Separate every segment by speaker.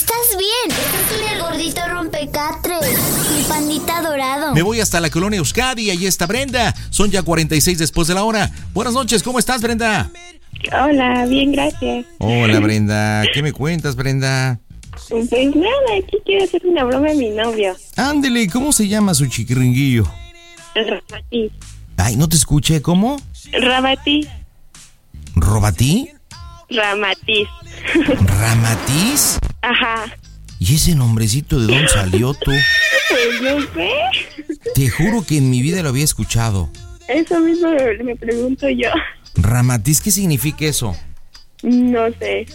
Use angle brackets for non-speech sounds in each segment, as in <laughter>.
Speaker 1: Estás bien. Estás con el gordito rompecatres. Mi pandita dorado.
Speaker 2: Me voy hasta la colonia Euskadi, ahí está Brenda. Son ya 46 después de la hora. Buenas noches, ¿cómo estás, Brenda?
Speaker 3: Hola, bien, gracias.
Speaker 2: Hola, Brenda. ¿Qué me cuentas, Brenda?
Speaker 3: Pues nada, aquí quiero hacer una broma a mi novio.
Speaker 2: Ándele, ¿cómo se llama su chiquiringuillo?
Speaker 3: Rabati.
Speaker 2: Ay, no te escuché, ¿cómo?
Speaker 3: Rabati.
Speaker 2: ¿Robatí?
Speaker 3: Ramatiz.
Speaker 2: ¿Ramatiz?
Speaker 3: <laughs> Ajá.
Speaker 2: ¿Y ese nombrecito de dónde salió tú?
Speaker 3: Pues no sé.
Speaker 2: Te juro que en mi vida lo había escuchado.
Speaker 3: Eso mismo me- me pregunto yo.
Speaker 2: ¿Ramatiz qué significa eso?
Speaker 3: No sé.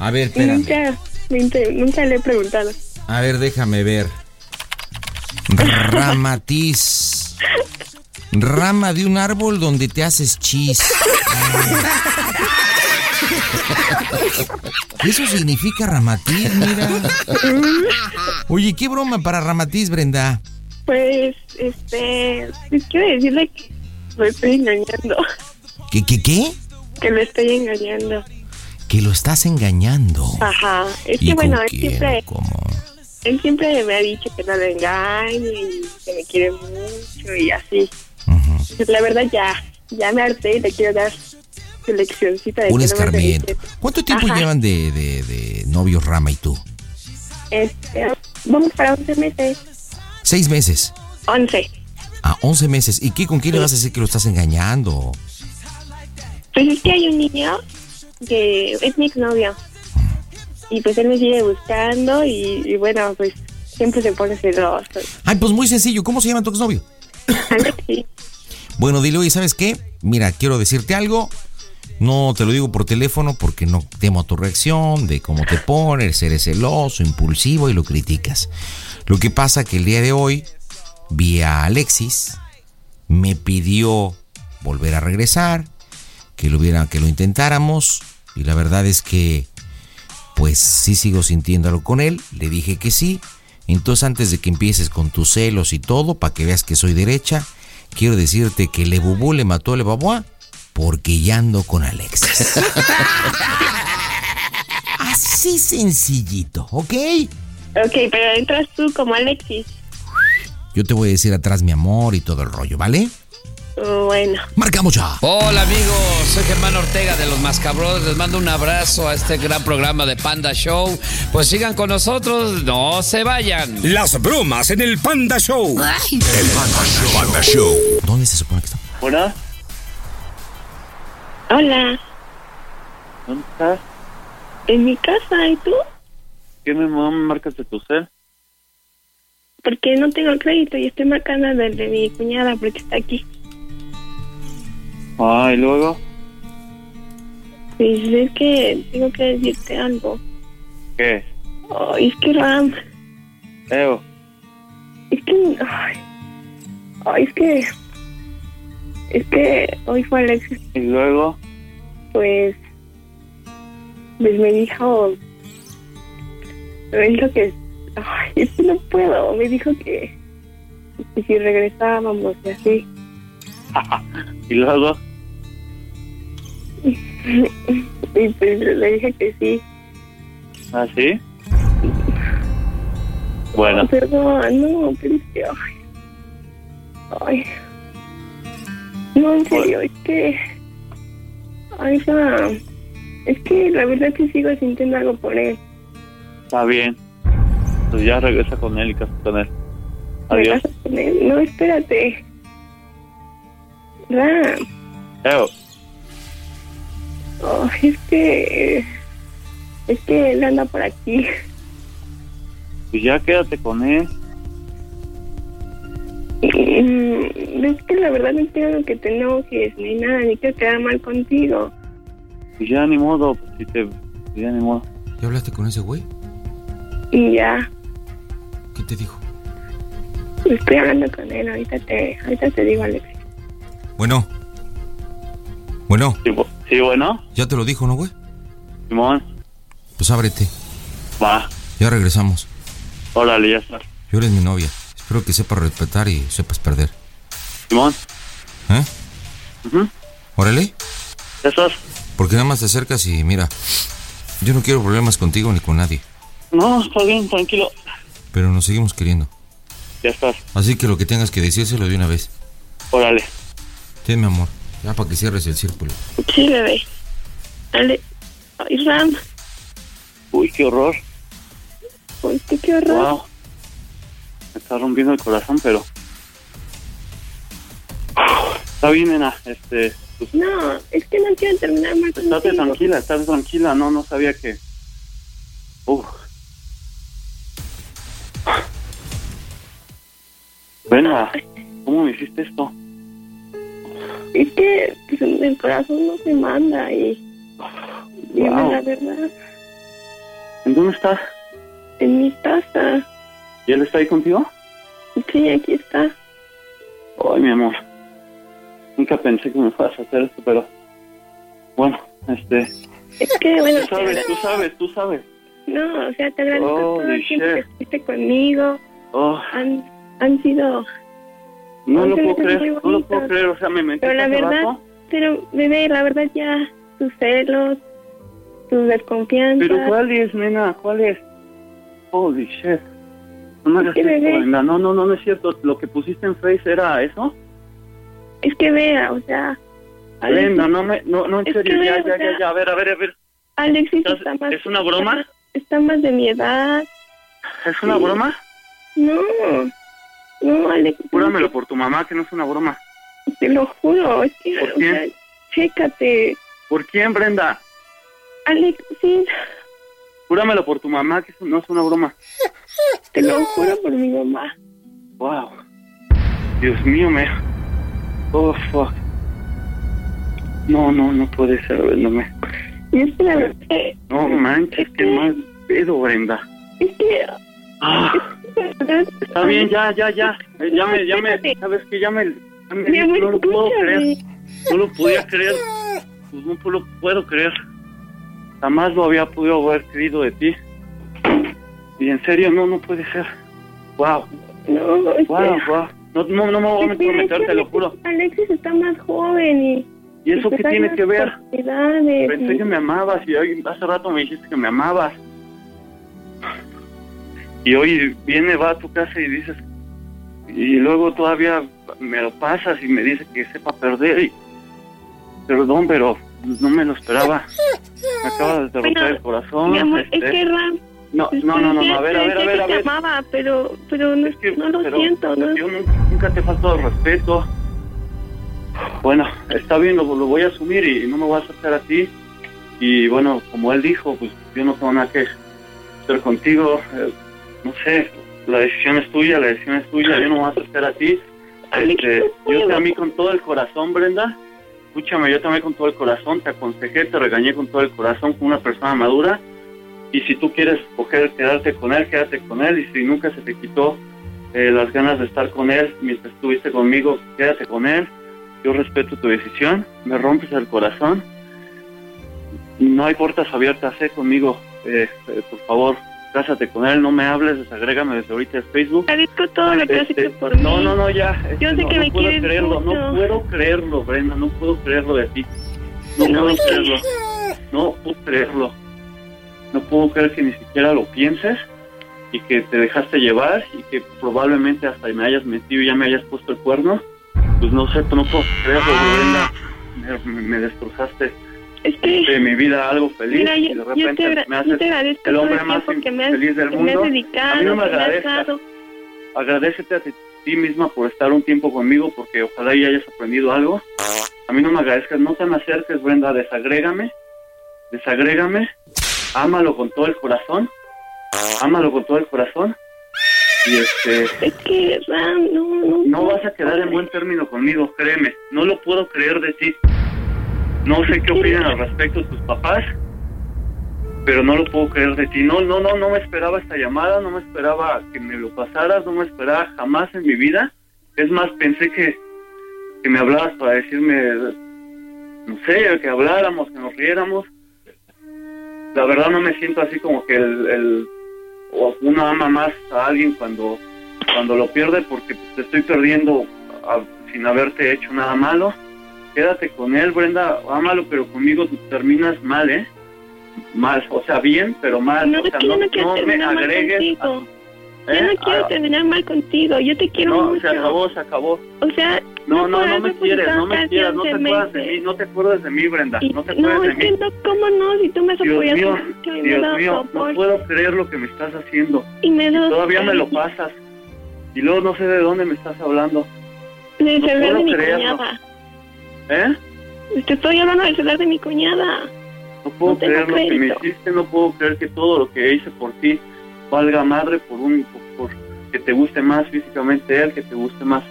Speaker 2: A ver, espérame.
Speaker 3: Nunca, nunca, nunca le he preguntado.
Speaker 2: A ver, déjame ver. Ramatiz. Rama de un árbol donde te haces chis. Ah. Eso significa ramatiz, mira. Oye, qué broma para ramatiz, Brenda.
Speaker 3: Pues, este, pues quiero decirle que lo estoy engañando.
Speaker 2: ¿Qué, qué, qué?
Speaker 3: Que lo estoy engañando.
Speaker 2: Que lo estás engañando.
Speaker 3: Ajá. Es
Speaker 2: ¿Y con
Speaker 3: que bueno, él
Speaker 2: quién?
Speaker 3: siempre,
Speaker 2: ¿Cómo?
Speaker 3: él siempre me ha dicho que no lo engañe y que me quiere mucho y así.
Speaker 2: Ujú.
Speaker 3: Pues la verdad ya, ya me harté y le quiero dar su leccioncita de
Speaker 2: Un
Speaker 3: que no me
Speaker 2: escarmiento.
Speaker 3: felicite.
Speaker 2: ¿Cuánto tiempo
Speaker 3: Ajá.
Speaker 2: llevan de, de, de novios Rama y tú?
Speaker 3: Este, vamos para 11 meses.
Speaker 2: Seis meses.
Speaker 3: 11.
Speaker 2: A 11 meses. ¿Y qué, con quién le vas a decir que lo estás engañando?
Speaker 3: Pues es que hay un niño que es mi exnovio. Y pues él me sigue buscando y, y bueno, pues siempre se pone celoso.
Speaker 2: Ay, pues muy sencillo. ¿Cómo se llama tu exnovio?
Speaker 3: Alexi,
Speaker 2: Bueno, dile, oye, ¿sabes qué? Mira, quiero decirte algo. No te lo digo por teléfono porque no temo tu reacción, de cómo te pones, eres celoso, impulsivo y lo criticas. Lo que pasa que el día de hoy vi a Alexis, me pidió volver a regresar, que lo hubiera, que lo intentáramos y la verdad es que pues sí sigo sintiéndolo con él, le dije que sí. Entonces antes de que empieces con tus celos y todo, para que veas que soy derecha, quiero decirte que Le Bubú le mató a Le Baboa porque ya ando con Alexis. <coughs> Así sencillito, ¿ok?
Speaker 3: Ok, pero entras tú como Alexis.
Speaker 2: Yo te voy a decir atrás mi amor y todo el rollo, ¿vale?
Speaker 3: Bueno,
Speaker 2: Marcamos ya.
Speaker 4: Hola amigos, soy Germán Ortega de los Mascabros. Les mando un abrazo a este gran programa de Panda Show. Pues sigan con nosotros, no se vayan.
Speaker 5: Las bromas en el Panda Show.
Speaker 2: ¿Dónde se supone que estamos?
Speaker 6: Hola,
Speaker 3: hola.
Speaker 6: ¿dónde estás?
Speaker 3: En mi casa, ¿y tú?
Speaker 6: ¿Qué me me marcas de tu cel?
Speaker 3: Porque no tengo crédito y estoy marcando el de mi cuñada porque está aquí.
Speaker 6: Ah, y luego,
Speaker 3: Pues es que tengo que decirte algo.
Speaker 6: ¿qué? <laughs>
Speaker 3: Ay, es que lo amo.
Speaker 6: Eo,
Speaker 3: Es que. Ay, ay, es que. Es que hoy fue Alex,
Speaker 6: y luego,
Speaker 3: pues. Pues me dijo. Me dijo que. Ay, es que no puedo. Me dijo que. que si regresábamos y así. <laughs>
Speaker 6: y luego,
Speaker 3: Y pues le dije que sí.
Speaker 6: ¿así? ¿Ah, Bueno,
Speaker 3: Pero no, Oh, no, pero es que. Ay. ay. No, en serio, es que. Ay, ya. Es que la verdad es que sigo sintiendo algo por él.
Speaker 6: está bien. Pues ya regresa con él y casa con él.
Speaker 3: Me
Speaker 6: Adiós.
Speaker 3: caso con él. No, espérate. Ram.
Speaker 6: Eo,
Speaker 3: Ay, es que. Es que él anda por aquí. <laughs>
Speaker 6: pues ya quédate con él.
Speaker 3: Mm, Es que la verdad no quiero que te enojes ni nada, ni quiero quedar mal contigo.
Speaker 6: Pues ya ni modo, pues si te... Ya ni modo.
Speaker 2: ¿Ya hablaste con ese güey?
Speaker 3: Y ya,
Speaker 2: ¿Qué te dijo?
Speaker 3: estoy hablando con él. Ahorita te, ahorita te digo, Alex.
Speaker 2: Bueno. Bueno,
Speaker 6: Sí, bu- sí, bueno,
Speaker 2: ya te lo dijo, ¿no, güey?
Speaker 6: Simón,
Speaker 2: Pues ábrete.
Speaker 6: va,
Speaker 2: Ya regresamos.
Speaker 6: órale, ya está.
Speaker 2: Yo eres mi novia. Espero que sepas respetar y sepas perder.
Speaker 6: Simón,
Speaker 2: ¿Eh?
Speaker 6: ujú,
Speaker 2: Órale.
Speaker 6: ya estás.
Speaker 2: Porque nada más te acercas y mira. Yo no quiero problemas contigo ni con nadie.
Speaker 6: No, está bien, tranquilo.
Speaker 2: Pero nos seguimos queriendo.
Speaker 6: Ya estás,
Speaker 2: Así que lo que tengas que decírselo de una vez.
Speaker 6: órale.
Speaker 2: Sí, mi amor. Ya para que cierres el círculo.
Speaker 3: Sí, bebé. Alex. Ay, Ram.
Speaker 6: Uy, qué horror.
Speaker 3: Ay, qué- qué horror.
Speaker 6: Wow. Me está rompiendo el corazón, pero. Está bien, nena. Este, pues,
Speaker 3: No, es que no quiero terminar mal
Speaker 6: estate
Speaker 3: contigo.
Speaker 6: tranquila, estate tranquila. No, no sabía que. Uf. Venga, ¿cómo me hiciste esto?
Speaker 3: Es que pues, el corazón no se manda y, y
Speaker 6: Wow.
Speaker 3: la verdad,
Speaker 6: ¿En dónde está?
Speaker 3: en mi taza.
Speaker 6: ¿Y él está ahí contigo?
Speaker 3: Sí, aquí está.
Speaker 6: Ay, mi amor. Nunca pensé que me fueras a hacer esto, pero. Bueno, este.
Speaker 3: Es que, bueno,
Speaker 6: Tú
Speaker 3: te
Speaker 6: sabes,
Speaker 3: agra-
Speaker 6: tú sabes, tú sabes.
Speaker 3: no, o sea, te agradezco todo
Speaker 6: Holy
Speaker 3: el tiempo que
Speaker 6: shit.
Speaker 3: estuviste conmigo.
Speaker 6: Oh.
Speaker 3: Han, han sido,
Speaker 6: No lo
Speaker 3: Entonces,
Speaker 6: puedo
Speaker 3: es muy
Speaker 6: creer, no lo
Speaker 3: bonito.
Speaker 6: puedo creer, o sea, me metí
Speaker 3: pero la
Speaker 6: hace
Speaker 3: verdad,
Speaker 6: rato,
Speaker 3: pero bebé, la verdad ya tus celos, tus desconfianzas.
Speaker 6: Pero ¿cuál es, nena? ¿Cuál es? Holy shit. No me hagas
Speaker 3: Es que,
Speaker 6: esto,
Speaker 3: bebé.
Speaker 6: Brenda. No, no, no, no es cierto. Lo que pusiste en Face era eso.
Speaker 3: Es que vea, o sea, Alexis,
Speaker 6: Brenda, no me, no, no, en
Speaker 3: Es
Speaker 6: serio,
Speaker 3: que,
Speaker 6: ya,
Speaker 3: bebé,
Speaker 6: ya,
Speaker 3: o sea,
Speaker 6: ya, ya, a ver, a ver, a ver.
Speaker 3: Alexis
Speaker 6: ¿Estás-
Speaker 3: está más...
Speaker 6: ¿Es una broma?
Speaker 3: Está más de mi edad.
Speaker 6: ¿Es una
Speaker 3: sí.
Speaker 6: broma?
Speaker 3: No, no, Alexis.
Speaker 6: Júramelo por tu mamá que no es una broma.
Speaker 3: Te lo juro, es que,
Speaker 6: ¿Por
Speaker 3: o
Speaker 6: quién?
Speaker 3: sea, chécate,
Speaker 6: ¿Por quién, Brenda?
Speaker 3: Alexis,
Speaker 6: Júramelo por tu mamá que eso no es una broma.
Speaker 3: te lo juro por mi mamá.
Speaker 6: Wow. Dios mío, me. Oh, fuck. No, no, no puede ser, no me.
Speaker 3: Y es que la verdad, eh,
Speaker 6: No manches, qué mal pedo, Brenda.
Speaker 3: es que,
Speaker 6: Ah,
Speaker 3: la verdad,
Speaker 6: está bien, ya, ya, ya. Eh, Ya me, ya me, sabes que ya me, ya me-
Speaker 3: mi amor,
Speaker 6: no lo puedo
Speaker 3: escúchame.
Speaker 6: creer. No lo podía creer. Pues no lo puedo creer. Jamás lo había podido haber creído de ti. Y en serio, no, no puede ser. Wow,
Speaker 3: No, es
Speaker 6: wow, wow. No, no, no me voy a
Speaker 3: que, es que
Speaker 6: meter, te lo juro.
Speaker 3: Alexis está más joven y...
Speaker 6: ¿Y eso qué
Speaker 3: pues hay
Speaker 6: tiene
Speaker 3: más
Speaker 6: que ver?
Speaker 3: oportunidades
Speaker 6: Pensé
Speaker 3: y-
Speaker 6: que me amabas y hoy hace rato me dijiste que me amabas. Y hoy viene, va a tu casa y dices, y luego todavía me lo pasas y me dices que sepa perder. Y, perdón, pero no me lo esperaba. Me acaba de derrotar
Speaker 3: Bueno,
Speaker 6: el corazón.
Speaker 3: mi amor,
Speaker 6: este,
Speaker 3: es que Ram...
Speaker 6: no, no, no, no, no, a ver, a ver, a ver, a
Speaker 3: Te
Speaker 6: ver.
Speaker 3: amaba, pero, pero no,
Speaker 6: Es que-
Speaker 3: no lo
Speaker 6: pero
Speaker 3: siento, ¿no?
Speaker 6: Yo nunca, nunca te he faltado el respeto. Bueno, está bien, lo, lo voy a asumir y no me voy a aceptar a ti. Y bueno, como él dijo, pues yo no tengo nada que hacer contigo. eh, no sé, la decisión es tuya, la decisión es tuya. Yo no me voy a acercar a
Speaker 3: <laughs>
Speaker 6: ti. Este, yo te amé con todo el corazón, Brenda. Escúchame, yo te amé con todo el corazón. Te aconsejé, te regañé con todo el corazón, como una persona madura. Y si tú quieres coger, quedarte con él, quédate con él. Y si nunca se te quitó eh, las ganas de estar con él mientras estuviste conmigo, quédate con él. Yo respeto tu decisión. Me rompes el corazón. No hay puertas abiertas, eh, conmigo. Eh, eh, por favor, cásate con él. No me hables, desagrégame desde ahorita de Facebook.
Speaker 3: Agradezco todo lo que
Speaker 6: Este,
Speaker 3: haces por mí.
Speaker 6: No, no, no, ya.
Speaker 3: Yo sé
Speaker 6: no,
Speaker 3: que
Speaker 6: no
Speaker 3: me
Speaker 6: puedo
Speaker 3: quieres
Speaker 6: creerlo,
Speaker 3: mucho.
Speaker 6: No puedo creerlo, Brenda, no puedo creerlo de ti. No puedo creerlo. No puedo creerlo. No puedo creer que ni siquiera lo pienses y que te dejaste llevar y que probablemente hasta me hayas metido y ya me hayas puesto el cuerno. Pues no sé, no puedo creerlo, Brenda. Me, me destrozaste
Speaker 3: Es que,
Speaker 6: de mi vida algo feliz
Speaker 3: mira,
Speaker 6: y de
Speaker 3: yo, yo te,
Speaker 6: repente
Speaker 3: agra-
Speaker 6: me
Speaker 3: yo
Speaker 6: haces
Speaker 3: te agradezco
Speaker 6: el
Speaker 3: todo
Speaker 6: hombre
Speaker 3: el
Speaker 6: más
Speaker 3: tiempo que me has,
Speaker 6: feliz del
Speaker 3: que me has
Speaker 6: mundo. A mí no me
Speaker 3: dedicado, que me has
Speaker 6: agradezcas.
Speaker 3: dado.
Speaker 6: agradecete a ti ti misma por estar un tiempo conmigo porque ojalá y hayas aprendido algo. A mí no me agradezcas, no te me acerques, Brenda, desagrégame, desagrégame, ámalo con todo el corazón, ámalo con todo el corazón y este,
Speaker 3: Es que, Ram, no, no.
Speaker 6: no vas a quedar en buen término conmigo, créeme, no lo puedo creer de ti. No sé qué opinan al respecto tus papás, pero no lo puedo creer de ti. No, no, no, no me esperaba esta llamada, no me esperaba que me lo pasaras, no me esperaba jamás en mi vida. Es más, pensé que, que me hablabas para decirme, no sé, que habláramos, que nos riéramos. La verdad no me siento así como que el, el- o uno ama más a alguien cuando cuando lo pierde porque te estoy perdiendo a- sin haberte hecho nada malo. Quédate con él, Brenda, ámalo, pero conmigo tú terminas mal, ¿eh? Mal, o sea, bien, pero mal.
Speaker 3: No,
Speaker 6: ah, o
Speaker 3: es
Speaker 6: sea,
Speaker 3: que yo no quiero
Speaker 6: no me
Speaker 3: terminar mal
Speaker 6: agregues. a-
Speaker 3: contigo.
Speaker 6: ¿eh?
Speaker 3: Yo no quiero
Speaker 6: a-
Speaker 3: terminar mal contigo. Yo te quiero
Speaker 6: no,
Speaker 3: mucho.
Speaker 6: se acabó, se acabó.
Speaker 3: O sea,
Speaker 6: No, no,
Speaker 3: por
Speaker 6: no
Speaker 3: algo
Speaker 6: me
Speaker 3: hemos
Speaker 6: quieres,
Speaker 3: estado
Speaker 6: no me
Speaker 3: casi
Speaker 6: quieras, no te
Speaker 3: once
Speaker 6: acuerdas de
Speaker 3: meses.
Speaker 6: mí, no te acuerdas de mí, Brenda,
Speaker 3: Y-
Speaker 6: no te acuerdas
Speaker 3: no,
Speaker 6: de
Speaker 3: es
Speaker 6: mí.
Speaker 3: que no, ¿cómo no? Si tú me has
Speaker 6: Dios
Speaker 3: apoyado
Speaker 6: mío,
Speaker 3: mucho y me has
Speaker 6: Dios
Speaker 3: dado
Speaker 6: mío,
Speaker 3: tu
Speaker 6: no
Speaker 3: apoyo
Speaker 6: puedo creer lo que me estás haciendo.
Speaker 3: y me has dado
Speaker 6: Todavía me lo
Speaker 3: cariño.
Speaker 6: pasas. Y luego no sé de dónde me estás hablando.
Speaker 3: Del
Speaker 6: no
Speaker 3: celular de
Speaker 6: puedo
Speaker 3: mi
Speaker 6: creerlo.
Speaker 3: cuñada.
Speaker 6: ¿Eh?
Speaker 3: Te estoy hablando del celular de mi cuñada.
Speaker 6: No puedo
Speaker 3: No tengo
Speaker 6: creer lo que me
Speaker 3: crédito.
Speaker 6: hiciste, no puedo creer que todo lo que hice por ti valga madre por un por, por que te guste más físicamente él, que te guste más,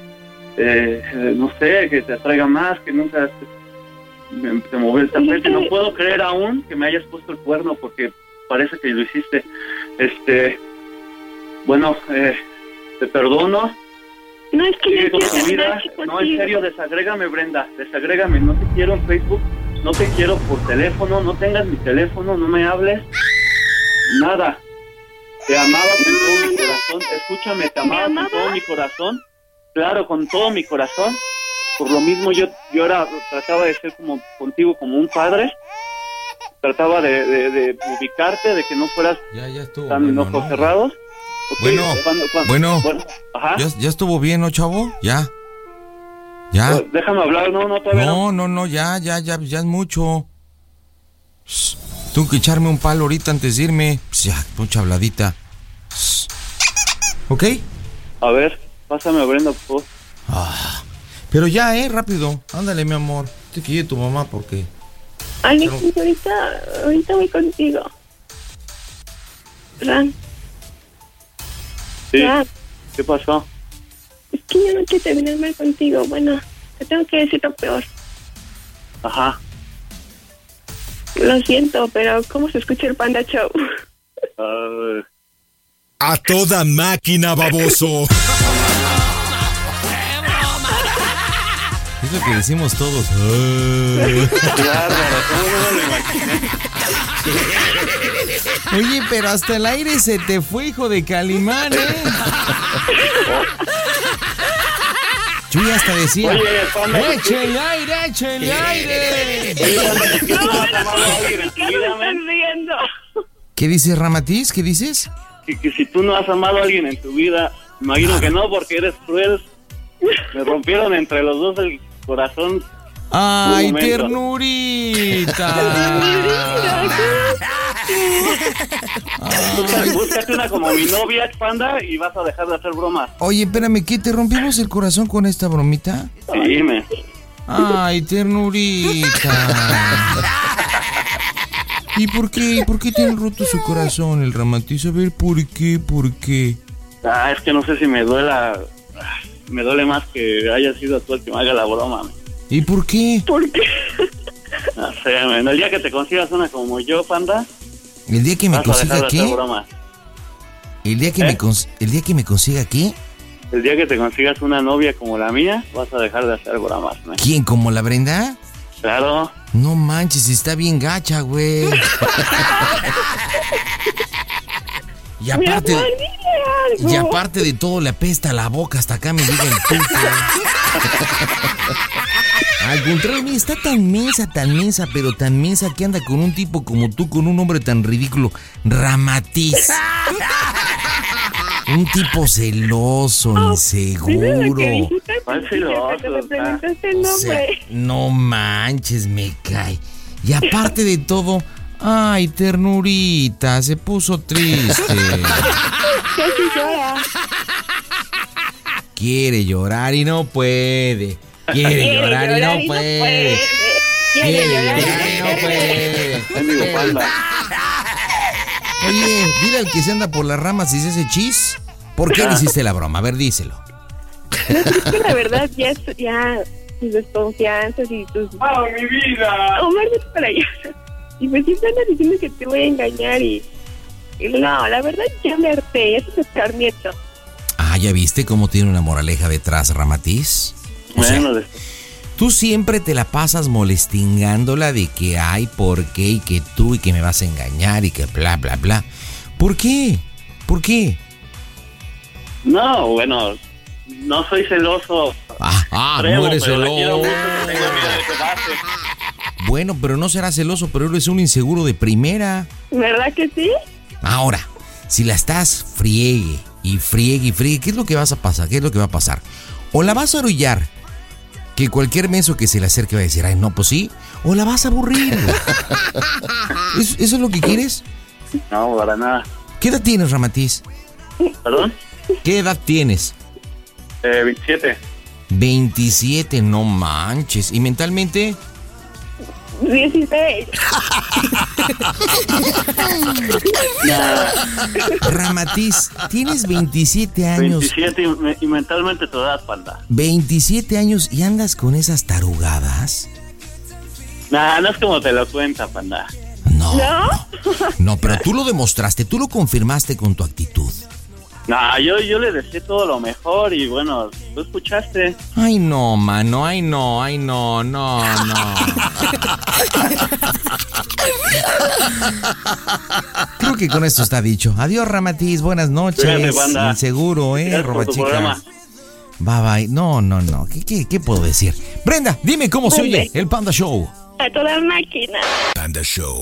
Speaker 6: eh, eh, no sé, que te atraiga más, que nunca te, me- te movió el tapete. No puedo creer aún que me hayas puesto el cuerno porque parece que lo hiciste. Este, bueno, eh, te perdono.
Speaker 3: No, es que
Speaker 6: Sigue
Speaker 3: yo
Speaker 6: con
Speaker 3: quiero
Speaker 6: tu vida.
Speaker 3: terminar aquí
Speaker 6: No, en
Speaker 3: contigo.
Speaker 6: serio, desagrégame, Brenda. Desagrégame. No te quiero en Facebook. No te quiero por teléfono. No tengas mi teléfono. No me hables. Nada. Te amaba con todo mi corazón. Escúchame, te amaba con
Speaker 3: amabas?
Speaker 6: todo mi corazón. Claro, con todo mi corazón. Por lo mismo yo, yo era, trataba de ser como contigo como un padre. Trataba de, de- de ubicarte, de que no fueras
Speaker 2: Ya, ya estuvo.
Speaker 6: tan
Speaker 2: bueno,
Speaker 6: ojos
Speaker 2: ¿no?
Speaker 6: cerrados. Ok,
Speaker 2: Bueno,
Speaker 6: cuando- cuando-
Speaker 2: bueno.
Speaker 6: ajá.
Speaker 2: ¿Ya, ya estuvo bien, ¿no, chavo? Ya. Ya.
Speaker 6: Pues, Déjame hablar, no, no, todavía no.
Speaker 2: No, no, no, ya, ya, ya, ya es mucho. Shh, Tengo que echarme un palo ahorita antes de irme. Pues ya, mucha habladita. Shh. ¿Ok?
Speaker 6: A ver, pásame a Brenda, por favor.
Speaker 2: Ah, Pero ya, eh, rápido. Ándale, mi amor. Te quiero tu mamá porque.
Speaker 3: Alex, ahorita, ahorita voy contigo. Ran,
Speaker 6: Sí,
Speaker 3: Ran,
Speaker 6: ¿qué pasó?
Speaker 3: es que yo no quiero terminar mal contigo. Bueno, te tengo que decir lo peor.
Speaker 6: Ajá,
Speaker 3: Lo siento, pero ¿cómo se escucha el Panda Show?
Speaker 6: ah,
Speaker 7: A toda máquina, baboso.
Speaker 2: Es lo que decimos todos. <laughs>
Speaker 6: qué bárbaro, ¿cómo no me lo imaginé?
Speaker 2: Oye, pero hasta el aire se te fue, hijo de Calimán, ¿eh? Yo ya hasta decía,
Speaker 6: Oye, Panda,
Speaker 2: ¡eche el aire, eche el aire!
Speaker 6: oye, Panda, ¿por ¿qué no has amado a alguien en tu
Speaker 3: ¿Qué
Speaker 6: vida,
Speaker 3: no
Speaker 6: men?
Speaker 3: estás riendo?
Speaker 2: ¿Qué dices, Ramatiz? ¿Qué dices?
Speaker 6: Que, que si tú no has amado a alguien en tu vida, imagino que no, porque eres cruel. Me rompieron entre los dos el corazón.
Speaker 2: ¡Ay,
Speaker 6: Un momento.
Speaker 2: ternurita!
Speaker 6: Busca- Búscate una como mi novia, Panda, y vas a dejar de hacer bromas.
Speaker 2: Oye, espérame, ¿qué? ¿Te rompimos el corazón con esta bromita?
Speaker 6: Dime.
Speaker 2: ¡Ay, ternurita! Ah. ¿Y por qué? ¿Por qué te han roto su corazón, el ramatiz? A ver, ¿por qué? ¿Por qué?
Speaker 6: Ah, es que no sé si me duela. Me duele más que haya sido tú el que me haga la broma.
Speaker 2: ¿Y por qué?
Speaker 6: ¿Por qué? No sé, men, el día que te consigas una como yo, panda,
Speaker 2: ¿El día que me
Speaker 6: vas a dejar de
Speaker 2: consiga
Speaker 6: hacer
Speaker 2: qué?
Speaker 6: bromas.
Speaker 2: ¿El día que, me, cons- ¿El día que me consiga qué?
Speaker 6: El día que te consigas una novia como la mía, vas a dejar de hacer bromas. men.
Speaker 2: ¿Quién? ¿Como la Brenda?
Speaker 6: Claro.
Speaker 2: No manches, está bien gacha, güey. y aparte... Y aparte de todo, le apesta la boca hasta acá me llega el tufo. Al contrario, mira, está tan mesa, tan mesa, pero tan mesa que anda con un tipo como tú, con un hombre tan ridículo, Ramatiz. Un tipo celoso, inseguro.
Speaker 6: ¿Cuál Ah, celoso? está?
Speaker 2: O sea, <laughs> no manches, me cae. Y aparte de todo, ay, ternurita, se puso <laughs> triste.
Speaker 3: Casi llora.
Speaker 2: Quiere llorar y no puede. Quiere llorar y no puede. Quiere llorar y no puede.
Speaker 6: Mendigo panda.
Speaker 2: Oye, dile al que se anda por las ramas y se hace chis. ¿Por qué le hiciste la broma? A ver, díselo.
Speaker 3: No, es que la verdad ya, es- ya tus desconfianzas y tus...
Speaker 6: ¡Ah, mi vida!
Speaker 3: Omar, vete para allá. Y pues siempre andas diciendo que te voy a engañar y... y no, la verdad ya me harté, eso es escarmiento.
Speaker 2: Ah, ¿ya viste cómo tiene una moraleja detrás, Ramatiz? O sea,
Speaker 6: Bueno, de-
Speaker 2: Tú siempre te la pasas molestingándola de que hay por qué y que tú y que me vas a engañar y que bla, bla, bla. ¿Por qué? ¿Por qué?
Speaker 6: no, bueno, no soy celoso.
Speaker 2: Ah, ah,
Speaker 6: extremo,
Speaker 2: no eres
Speaker 6: pero la quiero
Speaker 2: celoso.
Speaker 6: mucho, tengo miedo de que pase.
Speaker 2: Bueno, pero no serás celoso, pero eres un inseguro de primera.
Speaker 3: ¿Verdad que sí?
Speaker 2: Ahora, si la estás friegue y friegue y friegue, ¿qué es lo que vas a pasar? ¿Qué es lo que va a pasar? O la vas a arullar, que cualquier meso que se le acerque va a decir, ay, no, pues sí. O la vas a aburrir.
Speaker 6: <laughs>
Speaker 2: ¿Eso, eso es lo que quieres?
Speaker 6: No, para nada.
Speaker 2: ¿Qué edad tienes, Ramatiz?
Speaker 6: ¿Perdón?
Speaker 2: ¿Qué edad tienes?
Speaker 6: Eh, 27.
Speaker 2: 27, no manches. ¿Y mentalmente? <laughs>
Speaker 3: 16.
Speaker 2: Ramatiz, tienes 27 años.
Speaker 6: 27 y, me- y mentalmente tu edad, panda.
Speaker 2: 27 años y andas con esas tarugadas.
Speaker 6: Nah, no es como te lo cuenta, panda.
Speaker 2: No. No, No, pero tú lo demostraste, tú lo confirmaste con tu actitud.
Speaker 6: Nah, yo, yo le deseé todo lo mejor y bueno, tú escuchaste.
Speaker 2: Ay, no, mano, ay, no, ay, no, no, no. Creo que con esto está dicho. Adiós, Ramatiz, buenas
Speaker 6: Cuídate,
Speaker 2: noches.
Speaker 6: banda.
Speaker 2: Seguro, eh,
Speaker 6: Gracias por
Speaker 2: roba
Speaker 6: tu programa.
Speaker 2: Bye bye. No, no, no. ¿Qué, qué, qué puedo decir? Brenda, dime cómo se
Speaker 3: Brenda.
Speaker 2: oye el Panda Show.
Speaker 3: A toda máquina.
Speaker 7: Panda Show.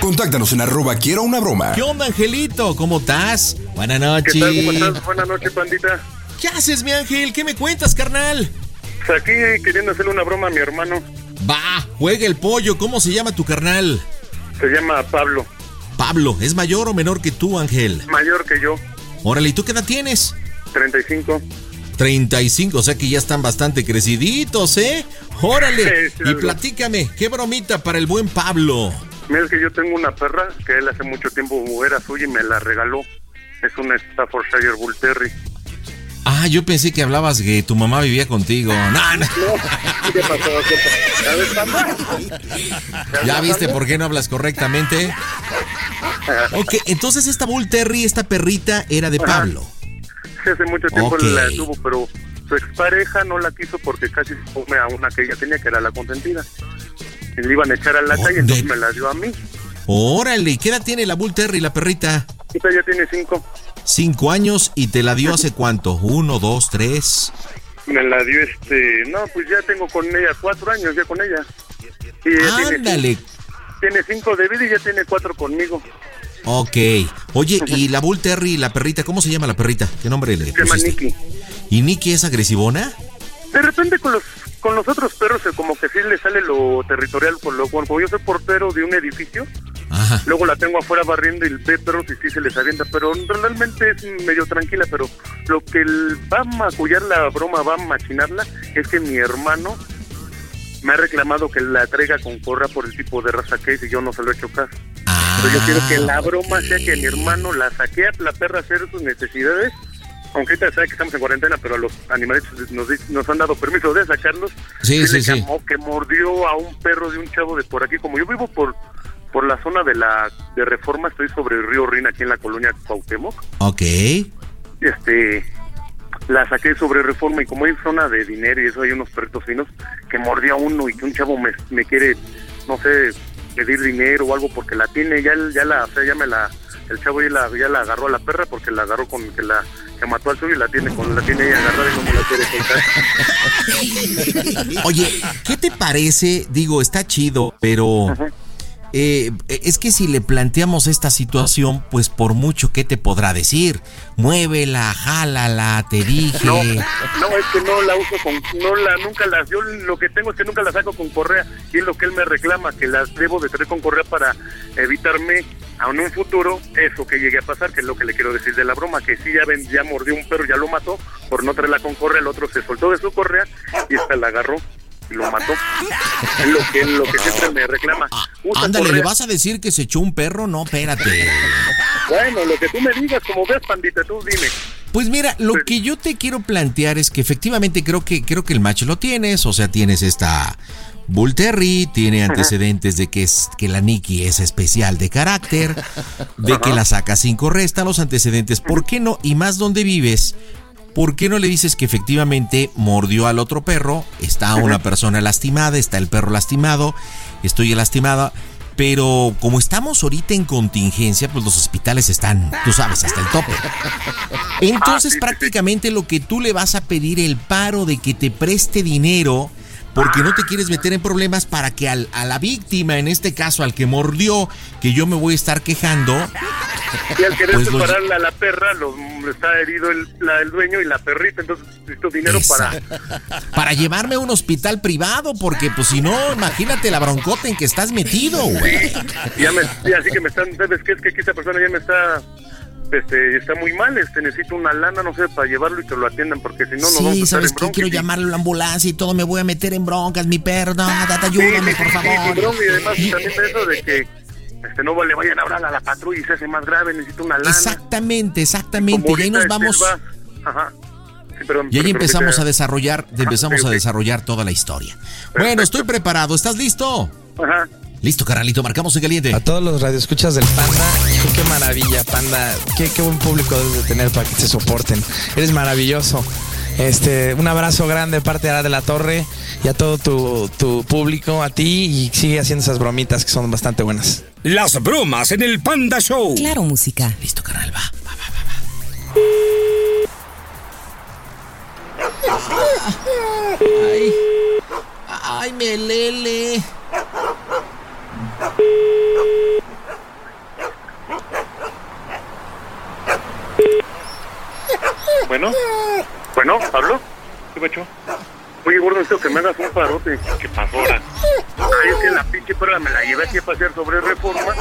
Speaker 8: Contáctanos en arroba quiero una broma.
Speaker 2: ¿Qué onda, Angelito? ¿Cómo estás? Buenas noches.
Speaker 9: ¿Qué tal? ¿Cómo estás? Buenas noches, pandita.
Speaker 2: ¿Qué haces, mi Ángel? ¿Qué me cuentas, carnal?
Speaker 9: Pues Aquí queriendo hacerle una broma a mi hermano.
Speaker 2: Va, juega el pollo. ¿Cómo se llama tu carnal?
Speaker 9: Se llama Pablo,
Speaker 2: Pablo, ¿es mayor o menor que tú, Ángel?
Speaker 9: mayor que yo,
Speaker 2: Órale, ¿y tú qué edad tienes?
Speaker 9: 35.
Speaker 2: 35, o sea que ya están bastante creciditos, ¿eh? Órale.
Speaker 9: <laughs> Sí, sí,
Speaker 2: y
Speaker 9: algo.
Speaker 2: platícame, ¿qué bromita para el buen Pablo?
Speaker 9: Mira, es que yo tengo una perra que él hace mucho tiempo era suya y me la regaló. Es una Staffordshire Bull Terry.
Speaker 2: Ah, yo pensé que hablabas que tu mamá vivía contigo. Ah, No, no.
Speaker 9: ¿Qué pasó? ¿Qué pasó? ¿Ya ves, Panda?
Speaker 2: ¿Ya viste por qué no hablas correctamente? Ok, entonces esta Bull Terry, esta perrita, era de
Speaker 9: Ajá.
Speaker 2: Pablo.
Speaker 9: Sí, <laughs> hace mucho tiempo
Speaker 2: Ok.
Speaker 9: la tuvo, pero su expareja no la quiso porque casi se come a una que ella tenía, que era la consentida. Y le iban a echar a
Speaker 2: Oh,
Speaker 9: la calle, entonces me la dio a mí.
Speaker 2: Órale, ¿qué edad tiene la Bull Terry, la perrita?
Speaker 9: Esta ya tiene cinco.
Speaker 2: Cinco años y te la dio hace cuánto? Uno, dos, tres.
Speaker 9: Me la dio este... No, pues ya tengo con ella cuatro años, ya con ella. Y ella tiene-
Speaker 2: Ándale.
Speaker 9: Tiene cinco de vida y ya tiene cuatro conmigo.
Speaker 2: Ok.
Speaker 9: <laughs>
Speaker 2: Oye, y la Bull Terry, la perrita, ¿cómo se llama la perrita? ¿Qué nombre le
Speaker 9: Se llama
Speaker 2: pusiste?
Speaker 9: Nicky.
Speaker 2: ¿Y Nicky es agresivona?
Speaker 9: De repente con los con los otros perros eh, como que sí le sale lo territorial con lo bueno, como yo soy portero de un edificio luego la tengo afuera barriendo y ve perros y sí se les avienta pero realmente es medio tranquila pero lo que el- va a macullar la broma va a machinarla es que mi hermano me ha reclamado que la traiga con corra por el tipo de raza que es y yo no se lo he hecho caso pero yo quiero que la broma sea que mi hermano la saque a la perra a hacer sus necesidades aunque ahorita sabe que estamos en cuarentena, pero a los animalitos nos, di- nos han dado permiso de sacarlos.
Speaker 2: Sí,
Speaker 9: Dice
Speaker 2: sí,
Speaker 9: que
Speaker 2: sí.
Speaker 9: mo- Que mordió a un perro de un chavo de por aquí. Como yo vivo por por la zona de la de Reforma, estoy sobre el río Rin, aquí en la colonia Cuauhtémoc.
Speaker 2: Ok.
Speaker 9: Este, la saqué sobre Reforma y como hay zona de dinero y eso, hay unos perritos finos que mordió a uno y que un chavo me, me quiere, no sé, pedir dinero o algo porque la tiene, ya, el- ya la, o sea, ya me la, el chavo ya la, ya la agarró a la perra porque la agarró con que la que mató al suyo y la tiene con la tiene ella agarrada y no me la quiere soltar.
Speaker 2: Oye, ¿qué te parece? Digo, está chido, pero eh, es que si le planteamos esta situación, pues por mucho que te podrá decir, muévela, jálala, te dije.
Speaker 9: <laughs> No, no, es que no la uso con, no la, nunca las, yo lo que tengo es que nunca la saco con correa y es lo que él me reclama, que las debo de traer con correa para evitarme aún en un futuro eso que llegue a pasar, que es lo que le quiero decir de la broma, que sí ya ven, ya mordió un perro, ya lo mató, por no traerla con correa, el otro se soltó de su correa y esta la agarró y lo mató. Es lo que, lo que siempre me reclama. Usa
Speaker 2: Ándale, ¿le
Speaker 9: correa.
Speaker 2: vas a decir que se echó un perro? No, espérate.
Speaker 9: Bueno, lo que tú me digas, como ves, pandita, tú dime.
Speaker 2: Pues mira, lo que yo te quiero plantear es que efectivamente creo que creo que el match lo tienes, o sea, tienes esta Bull Terry, tiene
Speaker 10: Ajá.
Speaker 2: antecedentes de que es que la Nikki es especial de carácter, de que la saca sin correcta los antecedentes, ¿por qué no? Y más donde vives, ¿por qué no le dices que efectivamente mordió al otro perro? Está
Speaker 10: Ajá.
Speaker 2: una persona lastimada, está el perro lastimado, estoy lastimada. Pero como estamos ahorita en contingencia, pues los hospitales están, tú sabes, hasta el tope. Entonces prácticamente lo que tú le vas a pedir el paro de que te preste dinero porque no te quieres meter en problemas para que al- a la víctima, en este caso al que mordió, que yo me voy a estar quejando,
Speaker 9: Y al querer
Speaker 2: Pues lo-
Speaker 9: separarla a la perra, lo, está herido el, la- el dueño y la perrita, entonces necesito dinero <laughs> para...
Speaker 2: para llevarme a un hospital privado, porque pues si no, imagínate la broncota en que estás metido, güey.
Speaker 9: Ya me, sí, así que me están, ¿sabes qué? Es que aquí esta persona ya me está... Este, está muy mal, este, necesito una lana, no sé, para llevarlo y que lo atiendan, porque si no, no vamos a
Speaker 2: sí,
Speaker 9: estar
Speaker 2: ¿sabes
Speaker 9: en
Speaker 2: qué?
Speaker 9: bronca.
Speaker 2: Quiero llamarle a la ambulancia y todo, me voy a meter en broncas, mi perro, date, ayúdame, por
Speaker 9: Sí, sí,
Speaker 2: favor.
Speaker 9: bronca, y además también eso de que este, no le vayan a hablar a la patrulla y se hace más grave, necesito una lana.
Speaker 2: Exactamente, exactamente, y ahí
Speaker 9: Ahorita,
Speaker 2: nos
Speaker 9: este,
Speaker 2: vamos...
Speaker 9: va- Ajá. Sí, perdón,
Speaker 2: Y ahí
Speaker 9: perdón,
Speaker 2: empezamos
Speaker 9: ahorita-
Speaker 2: a desarrollar, empezamos
Speaker 9: Ah, ok,
Speaker 2: a
Speaker 9: ok.
Speaker 2: desarrollar toda la historia. Bueno, estoy preparado, ¿estás listo?
Speaker 9: Ajá.
Speaker 2: Listo, carnalito, marcamos en caliente.
Speaker 11: A todos los radioescuchas del Panda, hijo, qué maravilla, Panda. Qué, qué buen público debes de tener para que te soporten. Eres maravilloso. Este, un abrazo grande de parte de Ara de la Torre y a todo tu, tu público, a ti, y sigue haciendo esas bromitas que son bastante buenas.
Speaker 5: Las bromas en el Panda Show.
Speaker 12: Claro, música.
Speaker 2: Listo, carnal, va. Ay. Ay, me lele.
Speaker 9: Bueno, bueno, Pablo. ¿Qué pecho? Oye, gordo, necesito que me hagas un parote. ¿Qué pasó ahora? Ay, es que la pinche perra me la llevé aquí a pasear sobre reforma.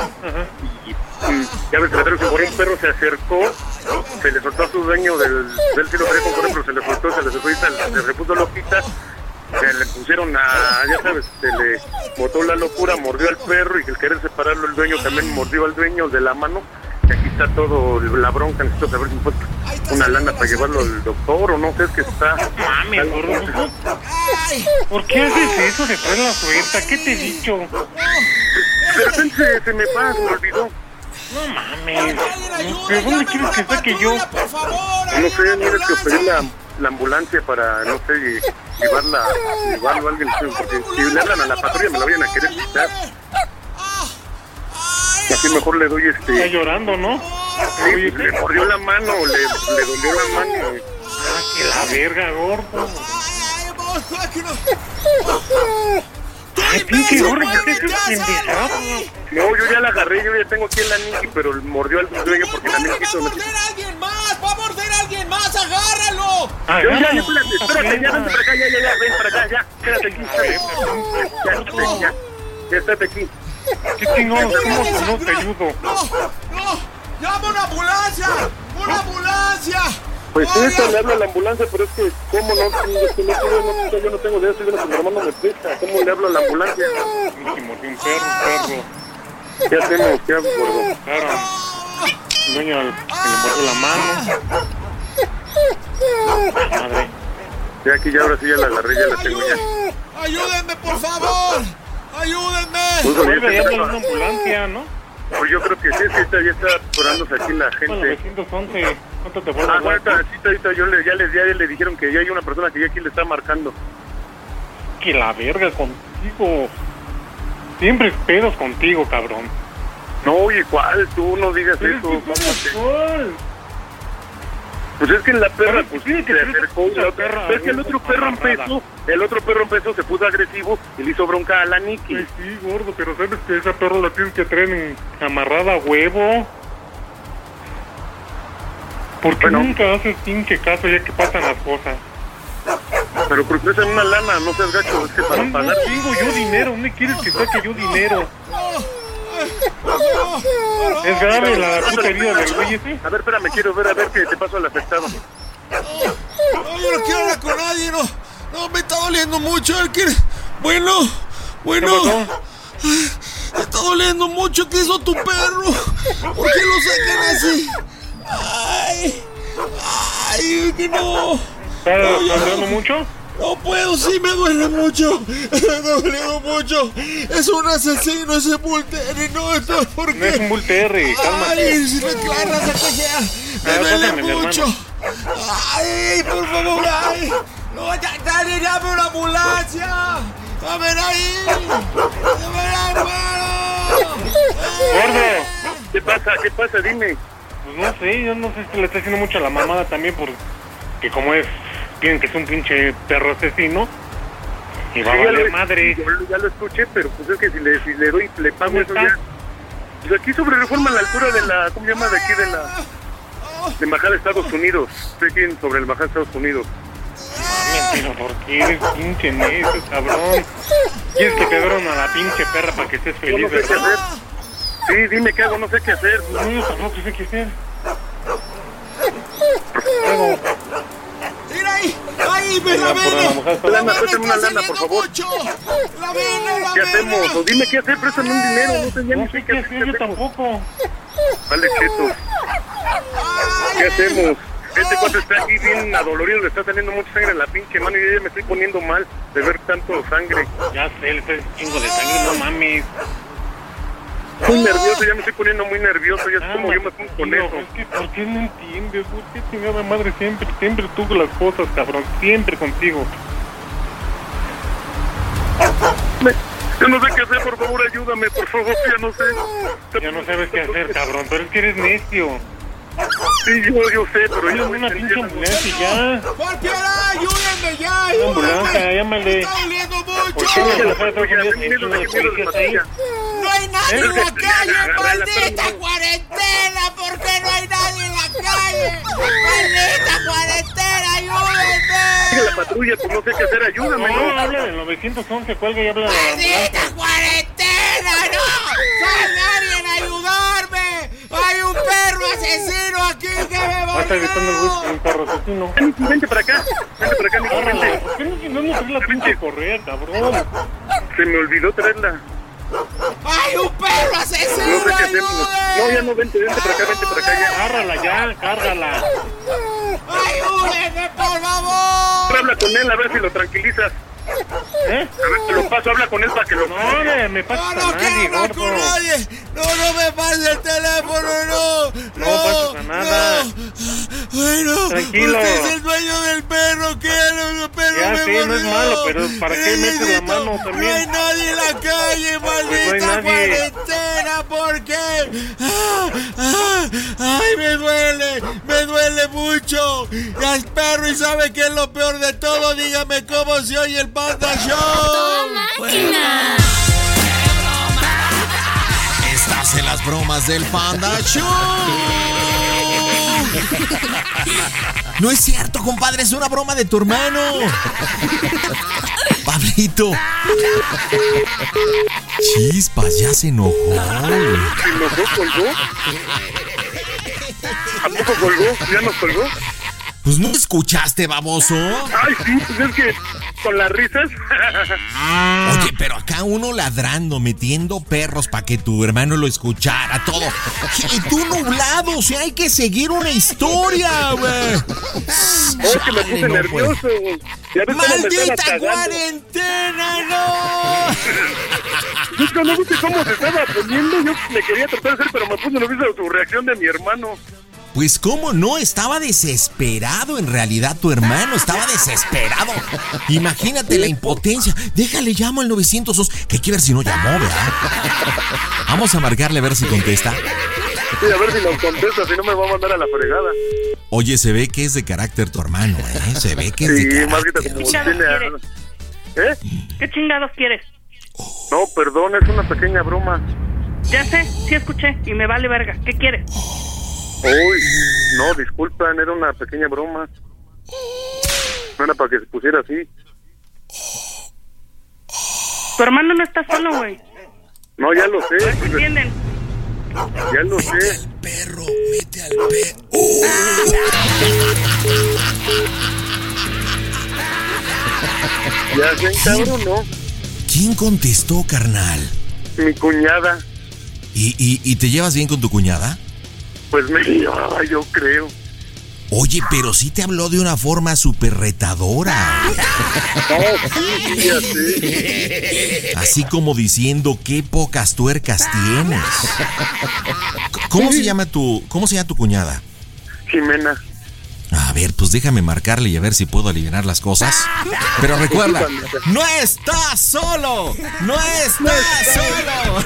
Speaker 9: Y mm, ya ves, que por un perro se acercó, se le soltó a su dueño del, del sí lo traía con correa, pero se le soltó, se le soltó y se, se repuso loquita. Se le pusieron a, ya sabes, se le botó la locura, mordió al perro y el querer separarlo el dueño también mordió al dueño de la mano. que aquí está todo la bronca, necesito saber si fue una lana para llevarlo al doctor o no sé, es que está... Mames, gordo.
Speaker 10: ¿Por qué haces eso después de la suelta? ¿Qué te he dicho?
Speaker 9: De repente se, se me va, se me olvidó.
Speaker 10: No mames. ¿De dónde quieres que saque yo?
Speaker 9: No sé, tienes que pedir la, la ambulancia para, no sé, llevarla, llevarlo a alguien, porque si le hablan a la patrulla me la vayan a querer quitar. Y así mejor le doy este...
Speaker 10: Está llorando, ¿no?
Speaker 9: Sí, le mordió la mano, le, le dolió la mano.
Speaker 10: Ah, que la verga, gordo. Ay, pinche gordo, ¿qué es eso? pendejado?
Speaker 9: No, yo ya la agarré, yo ya tengo aquí en la Niki, pero mordió al dueño porque también quiso... ¿no?
Speaker 12: alguien más! ¡Va a morder a alguien más! ¡Agárralo!
Speaker 9: Yo Ah, ya, espérate, espérate, ya, vente para acá, ya, ya, ya, ven para acá, ya, quédate aquí, espérate. Ya, ya, ya, ya, estate aquí.
Speaker 10: ¿Qué chingados somos no peludo?
Speaker 12: ¡No! ¡Llama una ambulancia! ¡Una ambulancia!
Speaker 9: Pues sí, eso le habla a la ambulancia, pero es que, ¿cómo no? Si yo, si no, yo, no, yo no tengo de eso, yo no, mi hermano me presta. ¿Cómo le hablo a la ambulancia?
Speaker 10: Me mordió un perro, un perro.
Speaker 9: ¿Qué hacemos? ¿Qué hago, gordo?
Speaker 10: Claro. El dueño le mordió la mano. Madre.
Speaker 9: Ya aquí, ya ahora sí, ya la agarré, ya la tengo ya.
Speaker 12: ¡Ayúdenme, por favor!
Speaker 9: Pues,
Speaker 12: ¡Ayúdenme!
Speaker 9: oye,
Speaker 10: Debe
Speaker 9: ya
Speaker 10: de
Speaker 9: está-
Speaker 10: una ambulancia, ¿no?
Speaker 9: Pues yo creo que sí, sí, está- ya está apurándose aquí la
Speaker 10: Bueno,
Speaker 9: gente.
Speaker 10: 911. ¿Cuánto te vuelve?
Speaker 9: Ah, bueno, ahorita, sí, ahorita yo le, ya, les, ya le dijeron que ya hay una persona que ya aquí le está marcando.
Speaker 10: Que la verga contigo. Siempre pedos contigo, cabrón.
Speaker 9: No, oye, ¿cuál? Tú no digas eso. cálmate. Pues es que la perra pues, se acercó y la otra- pero es que el otro perro empezó, el otro perro empezó, se puso agresivo y le hizo bronca a la Nikki.
Speaker 10: Sí, gordo, pero sabes que esa perra la tienes que traer en- amarrada a huevo. ¿Por qué nunca haces pinche caso ya que pasan las cosas?
Speaker 9: Pero porque es en una lana, no seas gacho, es que para
Speaker 10: No
Speaker 9: pagar.
Speaker 10: tengo yo dinero, ¿dónde quieres que saque yo dinero?
Speaker 12: ¡Oh!
Speaker 10: Es grave la puta herida del güey ese.
Speaker 9: A ver, espérame, quiero ver a ver qué te pasó al afectado.
Speaker 12: ¡Oh! ¡No, yo no quiero hablar con nadie! ¡No! ¡No, me está doliendo mucho! él quiere- Bueno, bueno. Ay, Me está doliendo mucho. ¿Qué hizo tu perro? ¿Por qué lo sacan así? ¡Ay! ¡Ay, que no! Oh,
Speaker 10: ¿Está sangrando mucho?
Speaker 12: No puedo, sí, me duele mucho. <laughs> Me duele mucho. Es un asesino ese Bulterri. No, esto es porque.
Speaker 10: No es un Bull Terry, cálmate.
Speaker 12: Ay, si no es que la raza cojea. Me
Speaker 10: Ah,
Speaker 12: duele
Speaker 10: cógeme, mi hermano.
Speaker 12: mucho. Ay, por favor, ay. No, ya, dale, llame una ambulancia. Dame ahí. Dame ahí, hermano.
Speaker 10: ¡Gordo!
Speaker 9: ¿Qué pasa? ¿Qué pasa? Dime.
Speaker 10: Pues no sé, yo no sé si le está haciendo mucho a la mamada también porque como es, piensan que es un pinche perro asesino y va a
Speaker 9: Sí, ya
Speaker 10: valer
Speaker 9: lo-
Speaker 10: madre.
Speaker 9: yo lo- ya lo escuché, pero pues es que si le, si le doy, le pago eso ya. Pues aquí sobre reforma a la altura de la, ¿cómo se llama? De aquí de la de Embajada de Estados Unidos. Estoy aquí en- sobre la Embajada de Estados Unidos.
Speaker 10: Pero ¿por qué eres pinche necio, cabrón? Quieres que te duerman a la pinche perra para que estés
Speaker 9: Yo no
Speaker 10: feliz,
Speaker 9: sé qué
Speaker 10: ¿verdad?
Speaker 9: hacer. Sí, dime qué hago, no sé qué hacer.
Speaker 10: No, yo tampoco sé qué hacer.
Speaker 12: Mira ahí. Ahí, me la
Speaker 9: Por la
Speaker 12: vena.
Speaker 9: mujer está- Lana, préstame una lana, por favor.
Speaker 12: La vena, la
Speaker 9: ¿Qué
Speaker 12: vena.
Speaker 9: hacemos? O dime qué hacer, préstame un dinero, no sé ya ni sé qué hacer.
Speaker 10: Yo tampoco.
Speaker 9: Vale, chetos. ¿Qué hacemos? Este cuate está aquí bien adolorido, le está saliendo mucha sangre en la pinche mano y yo ya me estoy poniendo mal de ver tanto sangre.
Speaker 10: Ya sé, le estás chingo de sangre, no mames.
Speaker 9: Muy nervioso, ya me estoy poniendo muy nervioso, ya es como yo me pongo con
Speaker 10: Tío,
Speaker 9: eso.
Speaker 10: es que ¿por qué no entiendes? ¿Por qué chingada madre siempre, siempre tú con las cosas, cabrón? Siempre contigo.
Speaker 9: Yo no sé qué hacer, por favor, ayúdame, por favor, ya no sé.
Speaker 10: Ya no sabes qué hacer, cabrón, pero es que eres necio.
Speaker 9: Sí, yo, yo sé, pero
Speaker 10: Dame
Speaker 9: yo
Speaker 10: una pinche ambulancia y ya.
Speaker 12: Golpeala, ayúdenme ya.
Speaker 10: Una
Speaker 12: Ayúdenme.
Speaker 10: ambulancia, llámale.
Speaker 12: Está doliendo
Speaker 10: ¿Por
Speaker 12: mucho.
Speaker 10: qué no le bajas dos días en los policías ahí?
Speaker 12: No hay nadie en la calle, maldita
Speaker 9: perro.
Speaker 12: cuarentena. ¿Por qué no hay nadie en la calle? Maldita cuarentena, ayúdenme.
Speaker 9: Sigue la patrulla, pues no sé qué hacer, ayúdame,
Speaker 10: No,
Speaker 9: ¿no?
Speaker 10: habla del 911, cuelga y habla de la ambulancia.
Speaker 12: Maldita cuarentena, no. No hay nadie en ayudarme. Hay un perro asesino aquí que me
Speaker 10: Va a estar gritando el
Speaker 12: mordió.
Speaker 10: güey un perro asesino.
Speaker 9: Vente, pues, vente para acá, vente para acá, mi
Speaker 10: Órale,
Speaker 9: vente.
Speaker 10: ¿Por qué no, no nos traes la pinche correa, cabrón?
Speaker 9: Se me olvidó traerla.
Speaker 12: ¡Ay, un perro asesino!
Speaker 9: No sé qué hacemos. No, ya no, vente, vente para acá, vente para acá. Ya.
Speaker 10: Agárrala ya, cárgala.
Speaker 12: ¡Ayúdeme, por favor!
Speaker 9: Habla con él a ver si lo tranquilizas. ¿Eh? A ver, te lo paso, habla con él para que lo... No, me, me
Speaker 12: No, no quiero hablar con nadie. No, no me pases el teléfono, no. pues, No,
Speaker 10: pases a nada.
Speaker 12: no. Bueno,
Speaker 10: Tranquilo.
Speaker 12: usted es el dueño del perro, quiero, el perro
Speaker 10: Ya,
Speaker 12: me
Speaker 10: sí, no es
Speaker 12: mordió.
Speaker 10: malo, pero ¿para qué metes la
Speaker 12: Necesito-
Speaker 10: mano
Speaker 12: No
Speaker 10: también?
Speaker 12: hay nadie en la calle,
Speaker 10: Pues no
Speaker 12: maldita
Speaker 10: hay nadie.
Speaker 12: cuarentena, ¿por qué? Ah, ah, ay, me duele, me duele mucho. Ya es perro y sabe que es lo peor de todo. Dígame cómo se oye el Panda Show.
Speaker 1: máquina!
Speaker 2: Estás en las bromas del Panda Show. No es cierto, compadre, es una broma de tu hermano. Pablito. Chispas, ya se enojó.
Speaker 9: ¿Se enojó, colgó? ¿A poco colgó? ¿Ya nos colgó?
Speaker 2: Pues no escuchaste, baboso.
Speaker 9: Ay, sí, pues es que con las risas... <laughs>
Speaker 2: Oye, pero acá uno ladrando, metiendo perros para que tu hermano lo escuchara todo. Y tú nublado, o sea, hay que seguir una historia, güey.
Speaker 9: <laughs> Oh, que me puse
Speaker 2: Chale, no, pues.
Speaker 9: nervioso, güey. Ya ves cómo me estaba
Speaker 12: ¡Maldita
Speaker 9: cagando.
Speaker 12: cuarentena, no!
Speaker 9: Es que no viste cómo se estaba poniendo. Yo me quería tratar de hacer, pero me puse nervioso su reacción de mi hermano.
Speaker 2: Pues cómo no, estaba desesperado en realidad tu hermano, estaba desesperado. Imagínate la impotencia. Déjale, llamo al 902, que hay que ver si no llamó, ¿verdad? Vamos a marcarle a ver si contesta.
Speaker 9: Sí, a ver si nos contesta, si no me va a mandar a la fregada.
Speaker 2: Oye, se ve que es de carácter tu hermano, ¿eh? Se ve que es de
Speaker 9: Sí,
Speaker 2: carácter.
Speaker 9: más que te como
Speaker 13: chingados
Speaker 9: tiene a- ¿Eh?
Speaker 13: ¿Qué chingados quieres?
Speaker 9: No, perdón, es una pequeña broma.
Speaker 13: Ya sé, sí escuché y me vale verga. ¿Qué quieres?
Speaker 9: Uy, no, disculpan, era una pequeña broma. No era para que se pusiera así.
Speaker 13: Tu hermano no está solo, güey.
Speaker 9: No, ya lo sé.
Speaker 13: ¿Entienden?
Speaker 9: Ya lo sé. Ya se encabrón, ¿no?
Speaker 2: ¿Quién contestó, carnal?
Speaker 9: Mi cuñada,
Speaker 2: ¿Y, y, y te llevas bien con tu cuñada?
Speaker 9: pues me lloraba, yo creo.
Speaker 2: Oye, pero sí te habló de una forma súper retadora.
Speaker 9: <laughs> No, sí, sí, ya sé.
Speaker 2: <laughs> Así como diciendo qué pocas tuercas tienes. C- ¿Cómo se llama tu cómo se llama tu cuñada?
Speaker 9: Jimena.
Speaker 2: A ver, pues déjame marcarle y a ver si puedo aliviar las cosas. Pero recuerda, no estás solo, no estás solo.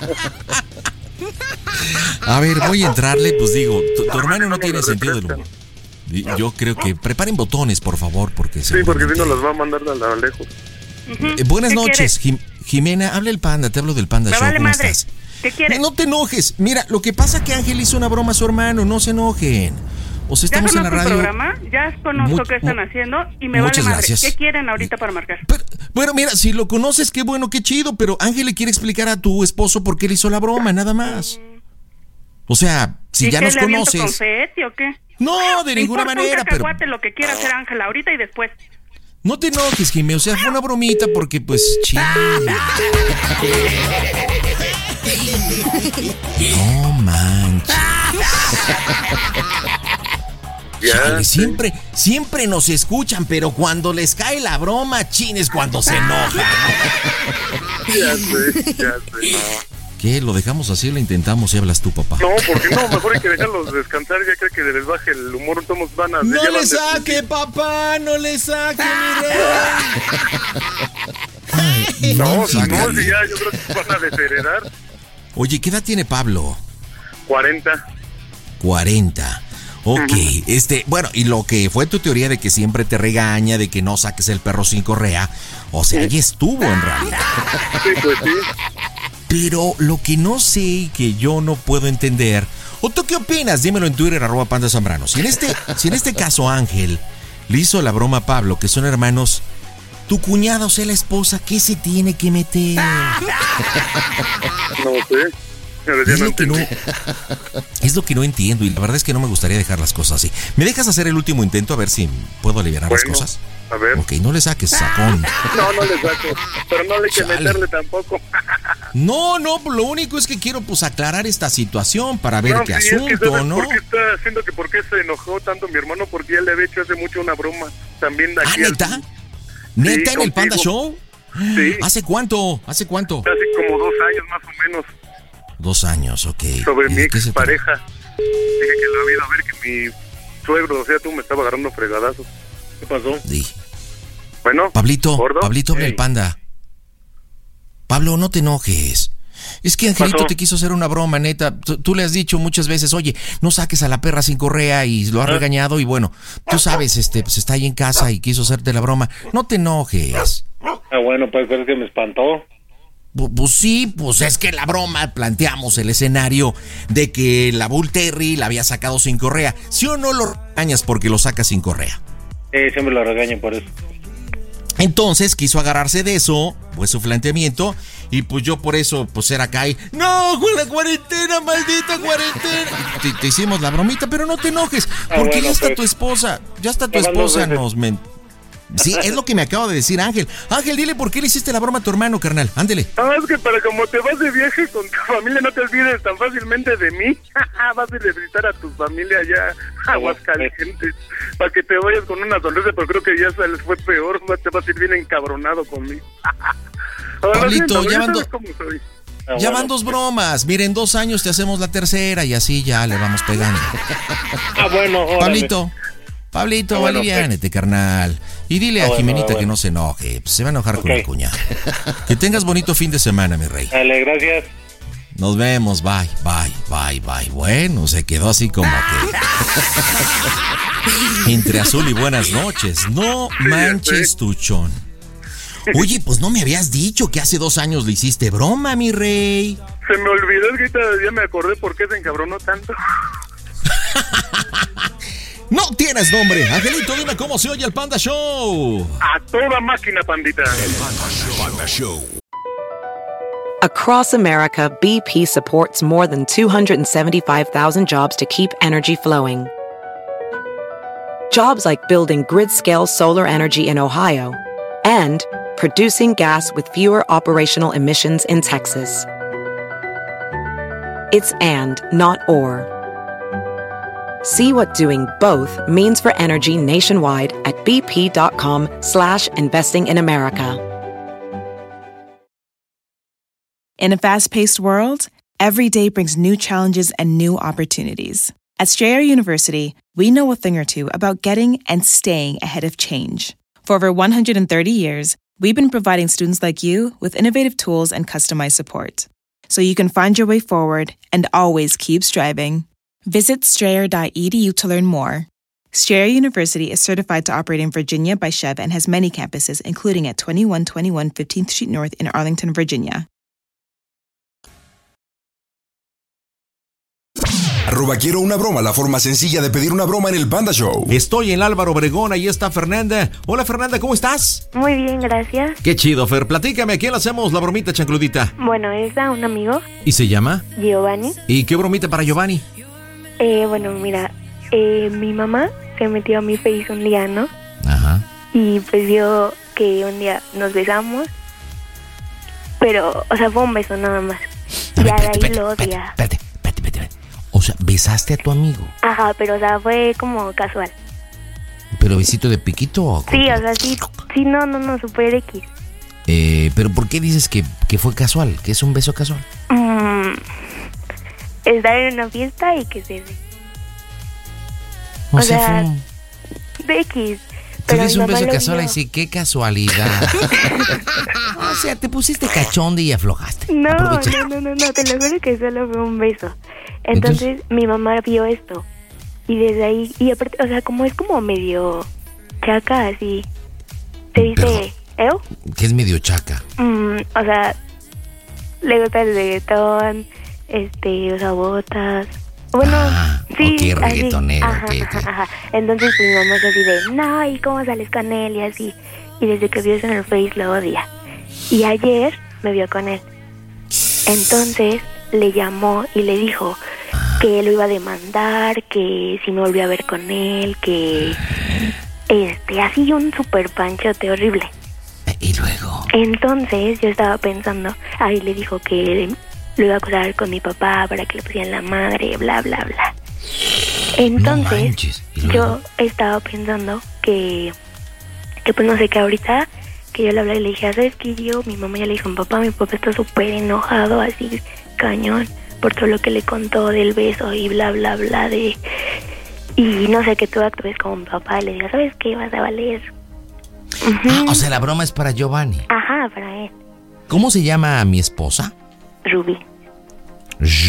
Speaker 2: <laughs> no estás- A ver, voy a entrarle, pues digo, tu, tu hermano no tiene sentido del humor. Y Yo creo que preparen botones, por favor, porque
Speaker 9: Sí, porque si no las va a mandar a la lejos.
Speaker 2: Eh, buenas
Speaker 9: ¿Qué
Speaker 2: noches, Jim- Jimena. Habla el panda, te hablo del panda
Speaker 9: Me
Speaker 2: show.
Speaker 9: vale
Speaker 2: ¿Cómo
Speaker 9: madre.
Speaker 2: estás? No te enojes. Mira, lo que pasa que Ángel hizo una broma a su hermano. No se enojen. O sea,
Speaker 13: Ya
Speaker 2: estamos en
Speaker 13: conozco
Speaker 2: la
Speaker 13: el
Speaker 2: radio.
Speaker 13: programa, ya conozco
Speaker 2: Much-
Speaker 13: qué están
Speaker 2: mu-
Speaker 13: haciendo y me vale
Speaker 2: muchas
Speaker 13: madre.
Speaker 2: gracias.
Speaker 13: ¿Qué quieren ahorita para marcar?
Speaker 2: Bueno, mira, si lo conoces, qué bueno, qué chido. Pero Ángel le quiere explicar a tu esposo por qué él hizo la broma, nada más. O sea, si
Speaker 13: ¿Y
Speaker 2: ya
Speaker 13: qué,
Speaker 2: nos
Speaker 13: le aviento
Speaker 2: conoces. <laughs>
Speaker 13: confeti o qué? <laughs>
Speaker 2: No, de
Speaker 13: Me
Speaker 2: ninguna
Speaker 13: importa
Speaker 2: manera,
Speaker 13: un
Speaker 2: pero-
Speaker 13: cacahuate lo que quiera hacer Ángela ahorita y después.
Speaker 2: No te enojes, Jimé. O sea, fue una bromita porque, pues, chido. No manches. Chale, siempre, siempre nos escuchan, pero cuando les cae la broma, chines cuando se
Speaker 9: <laughs> Ya
Speaker 2: enojan.
Speaker 9: sé, ya sé.
Speaker 2: ¿Qué? ¿Lo dejamos así? ¿Lo intentamos y hablas tú, papá?
Speaker 9: No, porque no, mejor hay que dejarlos descansar, ya creo que les baje el humor, todos van a...
Speaker 12: No
Speaker 9: ya van
Speaker 12: le
Speaker 9: de-
Speaker 12: saque, papá, no le saque, mi rey.
Speaker 9: No,
Speaker 2: Sácale.
Speaker 9: no, sí, ya, yo creo que van a desheredar.
Speaker 2: Oye, ¿qué edad tiene Pablo?
Speaker 9: 40.
Speaker 2: 40. Ok, este, bueno, y lo que fue tu teoría de que siempre te regaña, de que no saques el perro sin correa, o sea, ahí estuvo en realidad.
Speaker 9: Sí, pues sí.
Speaker 2: Pero lo que no sé y que yo no puedo entender, ¿o tú qué opinas? Dímelo en Twitter, arroba panda Zambrano. Si en este, si en este caso Ángel le hizo la broma a Pablo, que son hermanos, tu cuñado, o sea, la esposa, ¿qué se tiene que meter?
Speaker 9: No sé. Pero Pues ya
Speaker 2: Es
Speaker 9: no
Speaker 2: lo, que no,
Speaker 9: entendí.
Speaker 2: <laughs> es lo que no entiendo y la verdad es que no me gustaría dejar las cosas así. ¿Me dejas hacer el último intento a ver si puedo aliviar las
Speaker 9: Bueno.
Speaker 2: cosas?
Speaker 9: A ver.
Speaker 2: Ok, no le saques sacón.
Speaker 9: No, no le saco. Pero no le hay que
Speaker 2: Chale.
Speaker 9: meterle tampoco.
Speaker 2: No, no, lo único es que quiero pues aclarar esta situación para ver
Speaker 9: No,
Speaker 2: qué
Speaker 9: sí, es que
Speaker 2: asunto,
Speaker 9: ¿sabes
Speaker 2: ¿no?
Speaker 9: ¿Por qué está haciendo que por qué se enojó tanto mi hermano? Porque ya le había hecho hace mucho una broma. También de aquí. al-
Speaker 2: ¿Ah, ¿Neta? ¿Neta en el
Speaker 9: contigo.
Speaker 2: Panda Show?
Speaker 9: Sí.
Speaker 2: ¿Hace cuánto? ¿Hace cuánto?
Speaker 9: Hace como dos años más o menos.
Speaker 2: Dos años, ok.
Speaker 9: Sobre
Speaker 2: ¿Y
Speaker 9: mi
Speaker 2: de qué se
Speaker 9: ex pareja. Dije que lo había ido a ver que mi suegro, o sea, tú me estaba agarrando fregadazos. ¿Qué pasó?
Speaker 2: Sí.
Speaker 9: Bueno,
Speaker 2: Pablito,
Speaker 9: ¿Gordo?
Speaker 2: Pablito, habla el
Speaker 9: Ey.
Speaker 2: panda. Pablo, no te enojes. Es que Angelito
Speaker 9: Pasó.
Speaker 2: te quiso hacer una broma, neta. Tú, tú le has dicho muchas veces, oye, no saques a la perra sin correa y
Speaker 9: Ah.
Speaker 2: lo has regañado y bueno, tú sabes, este, pues está ahí en casa y quiso hacerte la broma. No te enojes.
Speaker 10: Ah, bueno, pues pero es que me espantó.
Speaker 2: Pu- Pues sí, pues es que la broma planteamos el escenario de que la Bull Terry la había sacado sin correa. ¿Sí o no lo regañas porque lo sacas sin correa?
Speaker 10: Sí, siempre lo regañan por eso.
Speaker 2: Entonces quiso agarrarse de eso, pues su planteamiento, y pues yo por eso, pues era acá y, No, güey, la cuarentena, maldita cuarentena. te, te hicimos la bromita, pero no te enojes,
Speaker 12: Ah,
Speaker 2: porque
Speaker 12: bueno,
Speaker 2: ya está
Speaker 12: pues.
Speaker 2: tu esposa, ya está tu
Speaker 12: Ya van dos
Speaker 2: esposa,
Speaker 12: veces.
Speaker 2: nos men... Sí, es lo que me acaba de decir Ángel. Ángel, dile por qué le hiciste la broma a tu hermano, carnal. Ándele.
Speaker 9: No, Ah, es que para como te vas de viaje con tu familia, no te olvides tan fácilmente de mí. <laughs> vas a ir a visitar a tu familia
Speaker 10: Ah,
Speaker 9: allá a Aguascalientes. Para que te vayas con una sonrisa, pero creo que ya se les fue peor. <laughs> va- Te vas a ir bien encabronado conmigo. <laughs> Ahora,
Speaker 2: Pablito,
Speaker 9: siento,
Speaker 2: ya van
Speaker 9: sabes
Speaker 2: dos-
Speaker 9: cómo soy.
Speaker 10: Ah,
Speaker 2: ya van dos bromas. Miren, dos años te hacemos la tercera y así ya le vamos
Speaker 10: <laughs>
Speaker 2: pegando.
Speaker 10: Ah, bueno, órale.
Speaker 2: Pablito, Pablito,
Speaker 10: Ah, bueno,
Speaker 2: aliviánete, carnal. Y dile a
Speaker 10: Ah, bueno,
Speaker 2: Jimenita
Speaker 10: ah, bueno.
Speaker 2: que no se enoje. pues se va a enojar con
Speaker 10: Ok.
Speaker 2: el cuñado. Que tengas bonito fin de semana, mi rey.
Speaker 10: Dale, gracias.
Speaker 2: Nos vemos. Bye, bye, bye, bye. Bueno, se quedó así como
Speaker 10: pues.
Speaker 2: que. Entre azul y buenas noches. No manches tuchón. Oye, pues no me habías dicho que hace dos años le hiciste broma, mi rey.
Speaker 9: Se me olvidó, es que ahorita ya me acordé por qué se encabronó tanto. <laughs>
Speaker 2: No tienes nombre. Angelito, dime cómo se oye el Panda Show.
Speaker 9: A toda máquina, pandita.
Speaker 14: Across America, BP supports more than 275,000 jobs to keep energy flowing. Jobs like building grid scale solar energy in Ohio and producing gas with fewer operational emissions in Texas. It's and, not or. See what doing both means for energy nationwide at bp.com slash investing in America.
Speaker 15: In a fast paced world, every day brings new challenges and new opportunities. At Strayer University, we know a thing or two about getting and staying ahead of change. For over 130 years, we've been providing students like you with innovative tools and customized support. So you can find your way forward and always keep striving. Visit strayer.edu to learn more. Strayer University is certified to operate in Virginia by Chev and has many campuses, including at 2121 15th Street North in Arlington, Virginia.
Speaker 8: Arroba quiero una broma, la forma sencilla de pedir una broma en el Panda Show.
Speaker 2: Estoy en Álvaro Obregón, ahí está Fernanda. Hola Fernanda, ¿cómo estás?
Speaker 16: Muy bien, gracias.
Speaker 2: Qué chido, Fer. Platícame, ¿a quién le hacemos la bromita chancludita?
Speaker 16: Bueno, es a un amigo,
Speaker 2: ¿Y se llama?
Speaker 16: Giovanni.
Speaker 2: ¿Y qué bromita para Giovanni?
Speaker 16: Eh, bueno, mira, eh, mi mamá se metió a mi Face un día, ¿no?
Speaker 2: Ajá.
Speaker 16: Y pues vio que un día nos besamos, pero, o sea, fue un beso nada más.
Speaker 2: A
Speaker 16: Y
Speaker 2: ver,
Speaker 16: ya de ahí
Speaker 2: espérate,
Speaker 16: lo
Speaker 2: espérate,
Speaker 16: odia.
Speaker 2: espérate, espérate, espérate. O sea, besaste a tu amigo,
Speaker 16: Ajá, pero, o sea, fue como casual.
Speaker 2: pero besito de piquito. o con-
Speaker 16: Sí, o sea, sí, sí, no, no, no, super X.
Speaker 2: Eh, pero ¿por qué dices que, que fue casual? ¿Que es un beso casual?
Speaker 16: Mm, estar en una fiesta y que se ve.
Speaker 2: O,
Speaker 16: O
Speaker 2: sea,
Speaker 16: sea,
Speaker 2: fue un-
Speaker 16: De X.
Speaker 2: tú
Speaker 16: Pero
Speaker 2: dices
Speaker 16: mi
Speaker 2: un
Speaker 16: mamá
Speaker 2: beso
Speaker 16: lo
Speaker 2: casual y
Speaker 16: vio.
Speaker 2: sí, qué
Speaker 16: <laughs>
Speaker 2: casualidad. Ah, o sea, te pusiste cachonde y aflojaste.
Speaker 16: No,
Speaker 2: Aprovecha.
Speaker 16: no, no, no, no, te lo juro que solo fue un beso. Entonces, mi mamá vio esto y desde ahí, y aparte, o sea, como es como medio chaca así, te dice, "¿Eh? ¿eu?
Speaker 2: Que es medio chaca.
Speaker 16: Mm, o sea, le gusta el reggaetón, este, usa botas. Bueno, sí,
Speaker 2: Ah, ok,
Speaker 16: así.
Speaker 2: reggaetonero,
Speaker 16: Ajá,
Speaker 2: ok,
Speaker 16: ajá, ajá. Entonces, pues, mi mamá es así de, no, ¿y cómo sales con él? Y así. Y desde que vio eso en el Face lo odia. Y ayer me vio con él. Entonces le llamó y le dijo
Speaker 2: Ah.
Speaker 16: que lo iba a demandar, que si me volvía a ver con él, que Este, así un super panchote horrible.
Speaker 2: ¿Y luego?
Speaker 16: Entonces yo estaba pensando, ahí le dijo que lo iba a acusar con mi papá para que le pusieran la madre, bla, bla, bla. Entonces yo estaba pensando que, que pues no sé, que ahorita que yo le hablé y le dije, "Ah, ¿sabes qué? Yo, mi mamá ya le dijo, papá, mi papá está súper enojado, así, cañón, por todo lo que le contó del beso y bla, bla, bla, de... Y no sé, que tú actúes como mi papá y le digas, ¿sabes qué? Vas a valer.
Speaker 2: Ah, o sea, la broma es para Giovanni.
Speaker 16: Ajá, para él.
Speaker 2: ¿Cómo se llama mi esposa?
Speaker 16: Ruby,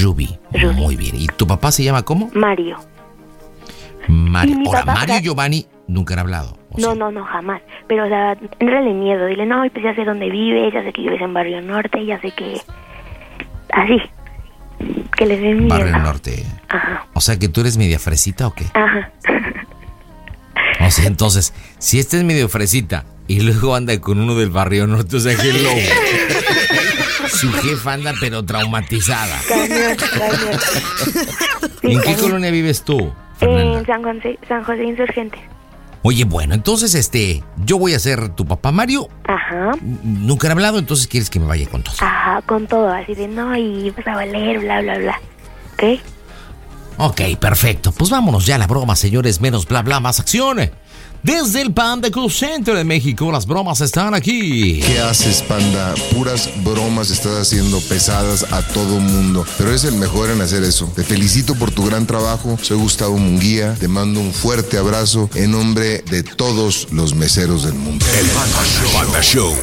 Speaker 2: Ruby. Muy bien. ¿Y tu papá se llama cómo?
Speaker 16: Mario. Y
Speaker 2: Mario.
Speaker 16: mi
Speaker 2: Ahora,
Speaker 16: papá,
Speaker 2: Mario
Speaker 16: ya-
Speaker 2: y Giovanni nunca han hablado.
Speaker 16: No, no, no, jamás. Pero, o sea, entrale miedo. Dile, no, pues ya sé dónde vives, ya sé que vives en Barrio Norte, ya sé que... Así. Que les den miedo.
Speaker 2: Barrio Norte.
Speaker 16: Ajá,
Speaker 2: O sea, que tú eres media fresita o qué?
Speaker 16: ajá.
Speaker 2: O sea, entonces, si este es medio fresita y luego anda con uno del barrio norte, o sea, que lobo. Su jefa anda pero traumatizada.
Speaker 16: Cañón, cañón. Sí,
Speaker 2: ¿En qué
Speaker 16: cañón.
Speaker 2: colonia vives tú?
Speaker 16: En San José, San José Insurgente.
Speaker 2: Oye, bueno, entonces este, yo voy a ser tu papá Mario.
Speaker 16: Ajá.
Speaker 2: Nunca han hablado, entonces quieres que me vaya con todo.
Speaker 16: Ajá, con todo, así de no, y vas a valer, bla, bla, bla. ¿Ok?
Speaker 2: Ok, perfecto. Pues vámonos ya a la broma, señores. Menos bla bla, más acciones. Desde el Panda Call Center de México, las bromas están aquí.
Speaker 17: ¿Qué haces, panda? Puras bromas estás haciendo pesadas a todo mundo. Pero eres el mejor en hacer eso. Te felicito por tu gran trabajo. Soy Gustavo Munguía. Te mando un fuerte abrazo en nombre de todos los meseros del mundo.
Speaker 18: El Panda Show. Panda Show.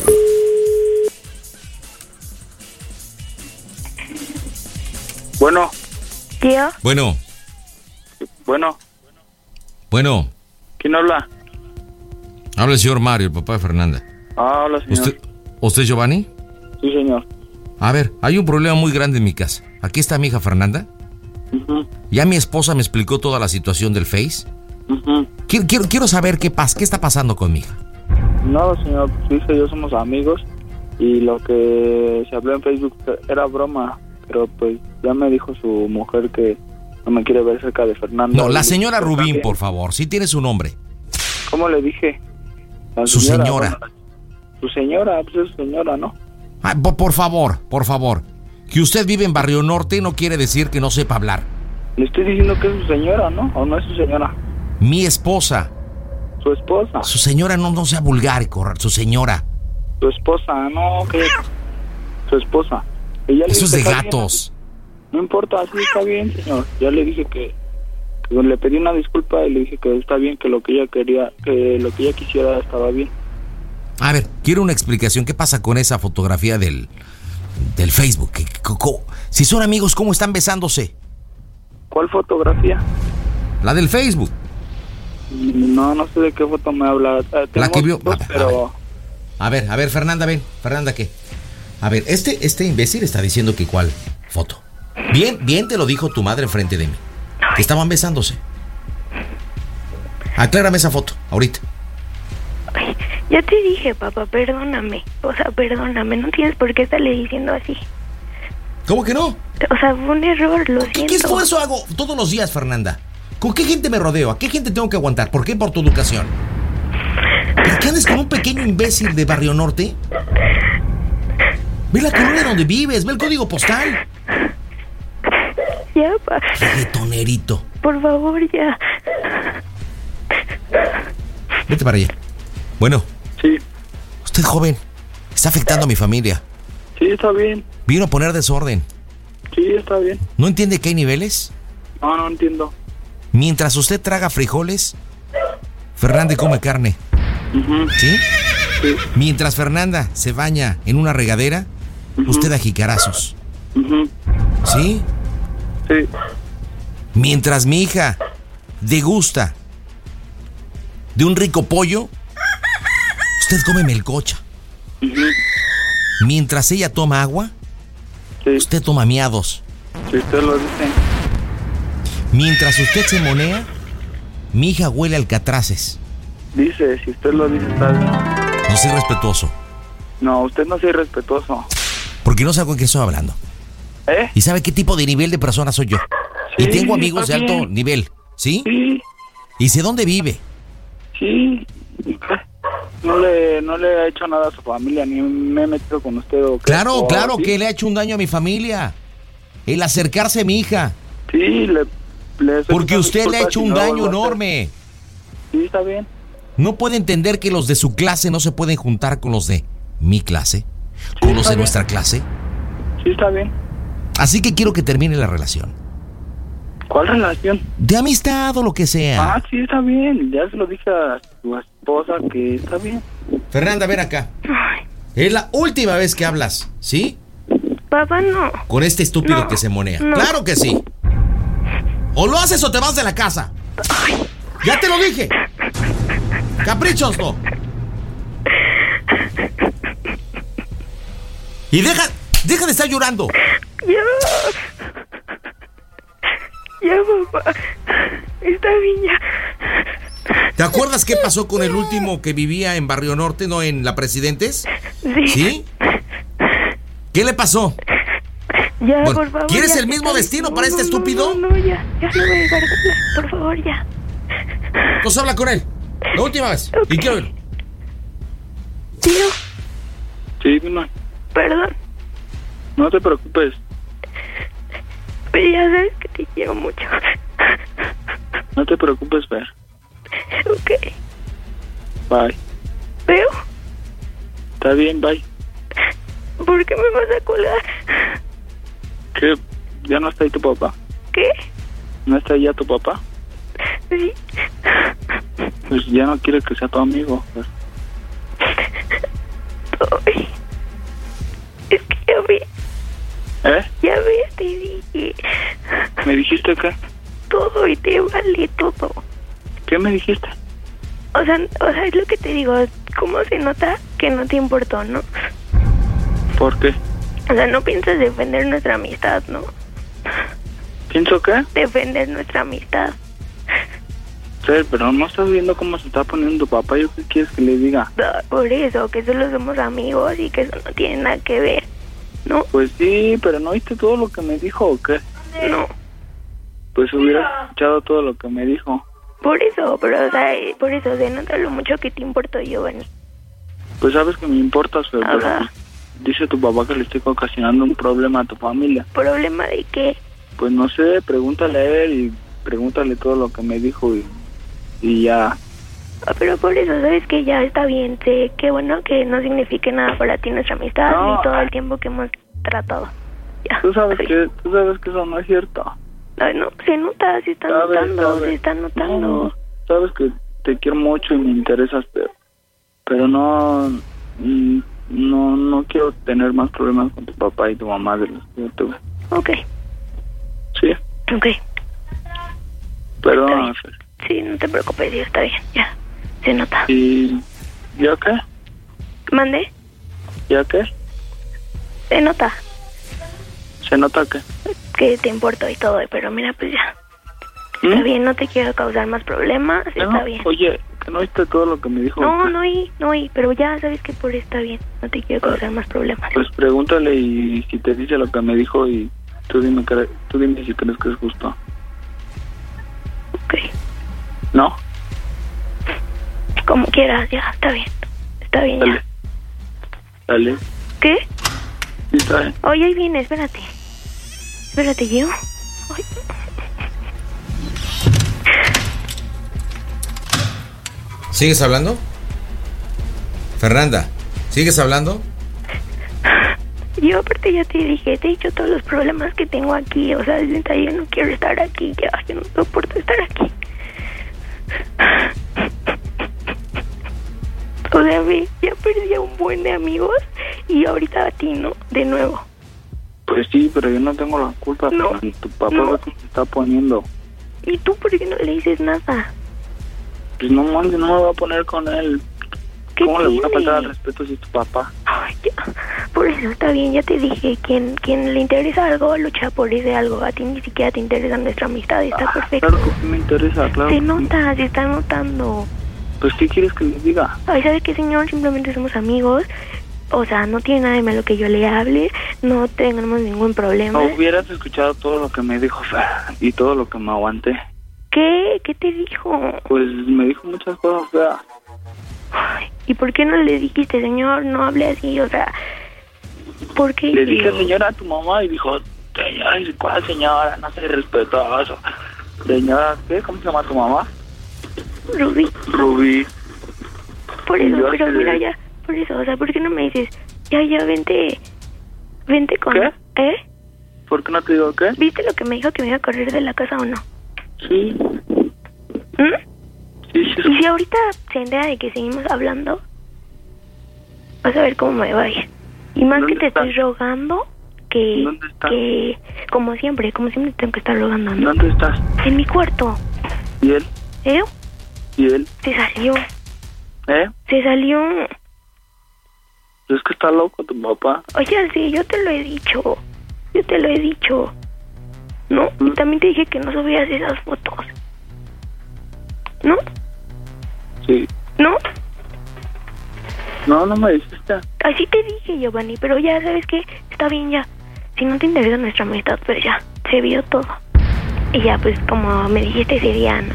Speaker 19: Bueno,
Speaker 16: Tío,
Speaker 2: Bueno,
Speaker 19: bueno,
Speaker 2: bueno,
Speaker 19: ¿quién habla?
Speaker 2: habla el señor Mario, el papá de Fernanda.
Speaker 19: Ah, hola, señor.
Speaker 2: ¿Usted, ¿Usted es Giovanni?
Speaker 19: Sí, señor.
Speaker 2: A ver, hay un problema muy grande en mi casa. Aquí está mi hija Fernanda.
Speaker 19: Ujú,
Speaker 2: Ya mi esposa me explicó toda la situación del Face.
Speaker 19: ujú.
Speaker 2: Quiero, quiero, quiero saber qué pasa, qué está pasando con mi hija.
Speaker 19: No, señor, su hija y yo somos amigos y lo que se habló en Facebook era broma, pero pues ya me dijo su mujer que no me quiere ver cerca de Fernando.
Speaker 2: No, la
Speaker 19: Y-
Speaker 2: señora Rubín,
Speaker 19: también.
Speaker 2: por favor, si tiene su nombre.
Speaker 19: ¿Cómo le dije? La
Speaker 2: Su señora.
Speaker 19: bueno, su señora, pues es señora, ¿no?
Speaker 2: Ah, po- por favor, por favor. Que usted vive en Barrio Norte no quiere decir que no sepa hablar.
Speaker 19: Le estoy diciendo que es su señora, ¿no? ¿O no es su señora?
Speaker 2: Mi esposa.
Speaker 19: Su esposa.
Speaker 2: Su señora no, no sea vulgar y correr. Su señora.
Speaker 19: Su esposa, no, que su esposa. Y ya le
Speaker 2: Eso es
Speaker 19: dije,
Speaker 2: de
Speaker 19: "Está bien,
Speaker 2: gatos.
Speaker 19: No importa, así está bien, señor. Ya le dije que, que le pedí una disculpa y le dije que está bien, que lo que ella quería, que lo que ella quisiera estaba bien.
Speaker 2: A ver, quiero una explicación. ¿Qué pasa con esa fotografía del, del Facebook? ¿Qué- qué- cómo- Si son amigos, ¿cómo están besándose?
Speaker 19: ¿Cuál fotografía?
Speaker 2: La del Facebook.
Speaker 19: No, no sé de qué foto me habla. Eh,
Speaker 2: La
Speaker 19: tengo
Speaker 2: que vio-
Speaker 19: dos,
Speaker 2: a ver,
Speaker 19: pero
Speaker 2: A ver, a ver, Fernanda, ven. Fernanda, ¿qué? A ver, este, este imbécil está diciendo que cuál foto. Bien, bien te lo dijo tu madre enfrente de mí. Que estaban besándose. Aclárame esa foto, ahorita.
Speaker 16: ya te dije, papá, perdóname. O sea, perdóname, no tienes por qué estarle diciendo así.
Speaker 2: ¿Cómo que no?
Speaker 16: O sea, fue un error, lo
Speaker 2: ¿Qué,
Speaker 16: siento.
Speaker 2: qué esfuerzo hago todos los días, Fernanda? ¿Con qué gente me rodeo? ¿A qué gente tengo que aguantar? ¿Por qué? Por tu educación. ¿Por qué andes con un pequeño imbécil de Barrio Norte? Ve la colonia donde vives, ve el código postal.
Speaker 16: Ya, pa,
Speaker 2: Tonerito.
Speaker 16: por favor, ya.
Speaker 2: Vete para allá. Bueno.
Speaker 19: Sí.
Speaker 2: Usted joven. Está afectando a mi familia.
Speaker 19: sí, está bien.
Speaker 2: Vino a poner desorden.
Speaker 19: Sí, está bien.
Speaker 2: ¿No entiende que hay niveles?
Speaker 19: No, no entiendo.
Speaker 2: Mientras usted traga frijoles, Fernanda come carne. ¿Sí? Mientras Fernanda se baña en una regadera, usted da jicarazos.
Speaker 19: Ujú.
Speaker 2: ¿Sí?
Speaker 19: Sí.
Speaker 2: Mientras mi hija degusta de un rico pollo, usted come melcocha. Mientras ella toma agua, usted toma miados.
Speaker 19: Si usted lo dice.
Speaker 2: Mientras usted se monea, mi hija huele a alcatraces.
Speaker 19: Dice, si usted lo dice, está bien.
Speaker 2: No soy respetuoso,
Speaker 19: No, usted no sea irrespetuoso.
Speaker 2: porque no sé con qué estoy hablando.
Speaker 19: ¿Eh?
Speaker 2: ¿Y sabe qué tipo de nivel de persona soy yo? y
Speaker 19: Sí,
Speaker 2: tengo amigos de
Speaker 19: está
Speaker 2: alto
Speaker 19: bien.
Speaker 2: nivel, ¿sí?
Speaker 19: Sí.
Speaker 2: ¿Y sé dónde vive?
Speaker 19: Sí, sí, pues, no le, no le ha hecho nada a su familia, ni me he metido con usted. o- Oh,
Speaker 2: Claro,
Speaker 19: o
Speaker 2: claro,
Speaker 19: así.
Speaker 2: que le ha hecho un daño a mi familia. El acercarse a mi hija.
Speaker 19: Sí, le... le
Speaker 2: Porque usted le ha
Speaker 19: disculpas
Speaker 2: hecho
Speaker 19: si
Speaker 2: un
Speaker 19: no lo
Speaker 2: daño
Speaker 19: vuelvo a hacer.
Speaker 2: enorme.
Speaker 19: Sí, está bien.
Speaker 2: No puede entender que los de su clase no se pueden juntar con los de mi clase, con los de nuestra clase.
Speaker 19: Sí, está bien.
Speaker 2: Así que quiero que termine la relación.
Speaker 19: ¿Cuál relación?
Speaker 2: De amistad o lo que sea.
Speaker 19: Ah, sí, está bien. Ya se lo dije a su esposa que está bien.
Speaker 2: Fernanda, ven acá. Es la última vez que hablas, ¿sí?
Speaker 16: Papá, no.
Speaker 2: Con este estúpido que se monea.
Speaker 16: no.
Speaker 2: Claro que sí. O lo haces o te vas de la casa. Ya te lo dije. Caprichos no. Y deja, deja de estar llorando.
Speaker 16: Ya. Ya, papá. Está bien, ya.
Speaker 2: ¿Te acuerdas qué pasó con el último que vivía en Barrio Norte, no en La Presidentes?
Speaker 16: Sí.
Speaker 2: ¿Sí? ¿Qué le pasó?
Speaker 16: Ya,
Speaker 2: Bueno,
Speaker 16: por favor.
Speaker 2: ¿quieres
Speaker 16: ya,
Speaker 2: el mismo
Speaker 16: está bien.
Speaker 2: destino para este
Speaker 16: no,
Speaker 2: estúpido?
Speaker 16: No, no, ya. Ya no voy a dejar de hablar. Por favor, ya.
Speaker 2: Pues habla con él. La última vez. Y quiero verlo.
Speaker 16: Tío,
Speaker 19: Sí, no,
Speaker 16: perdón.
Speaker 19: no te preocupes.
Speaker 16: Pero ya sabes que te quiero mucho.
Speaker 19: No te preocupes, Fer.
Speaker 16: Ok.
Speaker 19: Bye.
Speaker 16: Pero,
Speaker 19: Está bien, bye.
Speaker 16: ¿por qué me vas a colgar?
Speaker 19: ¿Qué? ¿Ya no está ahí tu papá?
Speaker 16: ¿Qué?
Speaker 19: ¿No está ahí ya tu papá?
Speaker 16: Sí.
Speaker 19: Pues ya no quiere que sea tu amigo. Fer.
Speaker 16: Ay. Es que ya vi,
Speaker 19: ¿Eh?
Speaker 16: ya vi, te dije
Speaker 19: ¿Me dijiste qué?
Speaker 16: todo y te vale todo.
Speaker 19: ¿Qué me dijiste?
Speaker 16: O sea, o sea, es lo que te digo, ¿cómo se nota que no te importó, no?
Speaker 19: ¿Por qué?
Speaker 16: O sea, no piensas defender nuestra amistad, ¿no?
Speaker 19: ¿Pienso qué?
Speaker 16: Defender nuestra amistad.
Speaker 19: Fer, pero no estás viendo cómo se está poniendo tu papá. ¿Yo qué quieres que le diga?
Speaker 16: No, Por eso, que solo somos amigos y que eso no tiene nada que ver. ¿No?
Speaker 19: Pues sí, pero ¿no viste todo lo que me dijo o qué?
Speaker 16: No.
Speaker 19: Pues hubiera escuchado todo lo que me dijo.
Speaker 16: Por eso, pero o sea, eh, por eso se nota lo mucho que te importo, Giovanni.
Speaker 19: Pues sabes que me importas, Fer, pero
Speaker 16: Ajá.
Speaker 19: dice tu papá que le estoy ocasionando un problema a tu familia.
Speaker 16: ¿Problema de qué?
Speaker 19: Pues no sé, pregúntale a él y pregúntale todo lo que me dijo y, y ya.
Speaker 16: Ah, Pero por eso, sabes que ya está bien, sé que bueno que no signifique nada para ti nuestra amistad
Speaker 19: No. eh.
Speaker 16: ni todo el tiempo que hemos tratado.
Speaker 19: Tú sabes que tú sabes que eso no es cierto.
Speaker 16: Ay, no, se nota, se está
Speaker 19: Sabes,
Speaker 16: notando,
Speaker 19: sabes.
Speaker 16: se está notando.
Speaker 19: Sabes que te quiero mucho y me interesas, pero, pero no, mm, no no quiero tener más problemas con tu papá y tu mamá de los que yo tuve.
Speaker 16: Ok,
Speaker 19: Sí,
Speaker 16: ok,
Speaker 19: perdón. Fer.
Speaker 16: sí, no te preocupes, ya está bien, ya, se nota.
Speaker 19: ¿Y ya qué?
Speaker 16: ¿Mande?
Speaker 19: ¿Ya qué?
Speaker 16: Se nota
Speaker 19: ¿Se nota que?
Speaker 16: que te importo y todo, pero mira, pues ya. Está bien, no te quiero causar más problemas, está bien.
Speaker 19: Oye, que no viste todo lo que me dijo.
Speaker 16: No, no oí, no oí, pero ya sabes que por está bien, no te quiero causar más problemas.
Speaker 19: Pues pregúntale y si te dice lo que me dijo y tú dime, que- tú dime si crees que es justo.
Speaker 16: Ok.
Speaker 19: ¿No?
Speaker 16: Como quieras, ya, está bien. Está bien, ya.
Speaker 19: Dale.
Speaker 16: ¿Qué?
Speaker 19: Sí, está ¿eh? bien.
Speaker 16: Oye, ahí viene, espérate. Espérate, yo.
Speaker 2: ¿Sigues hablando? Fernanda, ¿sigues hablando?
Speaker 16: Yo aparte ya te dije, te he dicho todos los problemas que tengo aquí. O sea, neta, yo no quiero estar aquí, ya. Yo no soporto estar aquí. O sea, ve, ya perdí a un buen de amigos y ahorita a ti, ¿no? De nuevo.
Speaker 19: Pues sí, pero yo no tengo la culpa.
Speaker 16: No,
Speaker 19: pero Tu papá
Speaker 16: no.
Speaker 19: ve cómo se está poniendo.
Speaker 16: ¿Y tú por qué no le dices nada?
Speaker 19: Pues no mames, no me voy a poner con él.
Speaker 16: ¿Qué
Speaker 19: ¿Cómo le voy a
Speaker 16: tiene?
Speaker 19: faltar al respeto si es tu papá?
Speaker 16: Por eso está bien, ya te dije, quien, quien le interesa algo, lucha por ese algo. A ti ni siquiera te interesa nuestra amistad, está perfecto.
Speaker 19: Ah, Claro que sí me interesa, claro.
Speaker 16: Se nota, se está notando.
Speaker 19: Pues ¿qué quieres que le diga?
Speaker 16: Ay, ¿sabe qué, señor? Simplemente somos amigos. O sea, no tiene nada de malo que yo le hable, no tenemos ningún problema. ¿eh?
Speaker 19: No hubieras escuchado todo lo que me dijo Fer y todo lo que me aguanté.
Speaker 16: qué? ¿Qué te dijo?
Speaker 19: Pues me dijo muchas cosas feas.
Speaker 16: ¿Y por qué no le dijiste, señor, no hable así? O sea, ¿por qué?
Speaker 19: Le dije señora a tu mamá y dijo, señora, ¿cuál señora? No soy respetuoso. Señora, ¿qué? ¿Cómo se llama tu mamá?
Speaker 16: Rubí,
Speaker 19: Rubí.
Speaker 16: por eso,
Speaker 19: Yo
Speaker 16: pero
Speaker 19: sé.
Speaker 16: mira ya, por eso, o sea, ¿por qué no me dices, ya, ya, vente, vente con...
Speaker 19: ¿Qué?
Speaker 16: ¿Eh?
Speaker 19: ¿Por qué no te digo qué?
Speaker 16: ¿Viste lo que me dijo que me iba a correr de la casa o no?
Speaker 19: Sí.
Speaker 16: ¿Mm? Y si ahorita se entera de que seguimos hablando, vas a ver cómo me va a ir. Y más que te estoy rogando que, que, como siempre, como siempre tengo que estar rogando. ¿no?
Speaker 19: ¿Dónde estás?
Speaker 16: En mi cuarto,
Speaker 19: ¿Y él?
Speaker 16: ¿eh?
Speaker 19: ¿Y él?
Speaker 16: Se salió,
Speaker 19: ¿Eh?
Speaker 16: se salió.
Speaker 19: Es que está loco tu papá.
Speaker 16: Oye, sí, yo te lo he dicho, yo te lo he dicho. No,
Speaker 19: Mm.
Speaker 16: y también te dije que no subieras esas fotos. ¿No?
Speaker 19: Sí.
Speaker 16: ¿No?
Speaker 19: No, no me dijiste.
Speaker 16: Así te dije, Giovanni, pero ya sabes que está bien ya. Si no te interesa nuestra amistad, pues ya, se vio todo. Y ya, pues como me dijiste ese día, ¿no?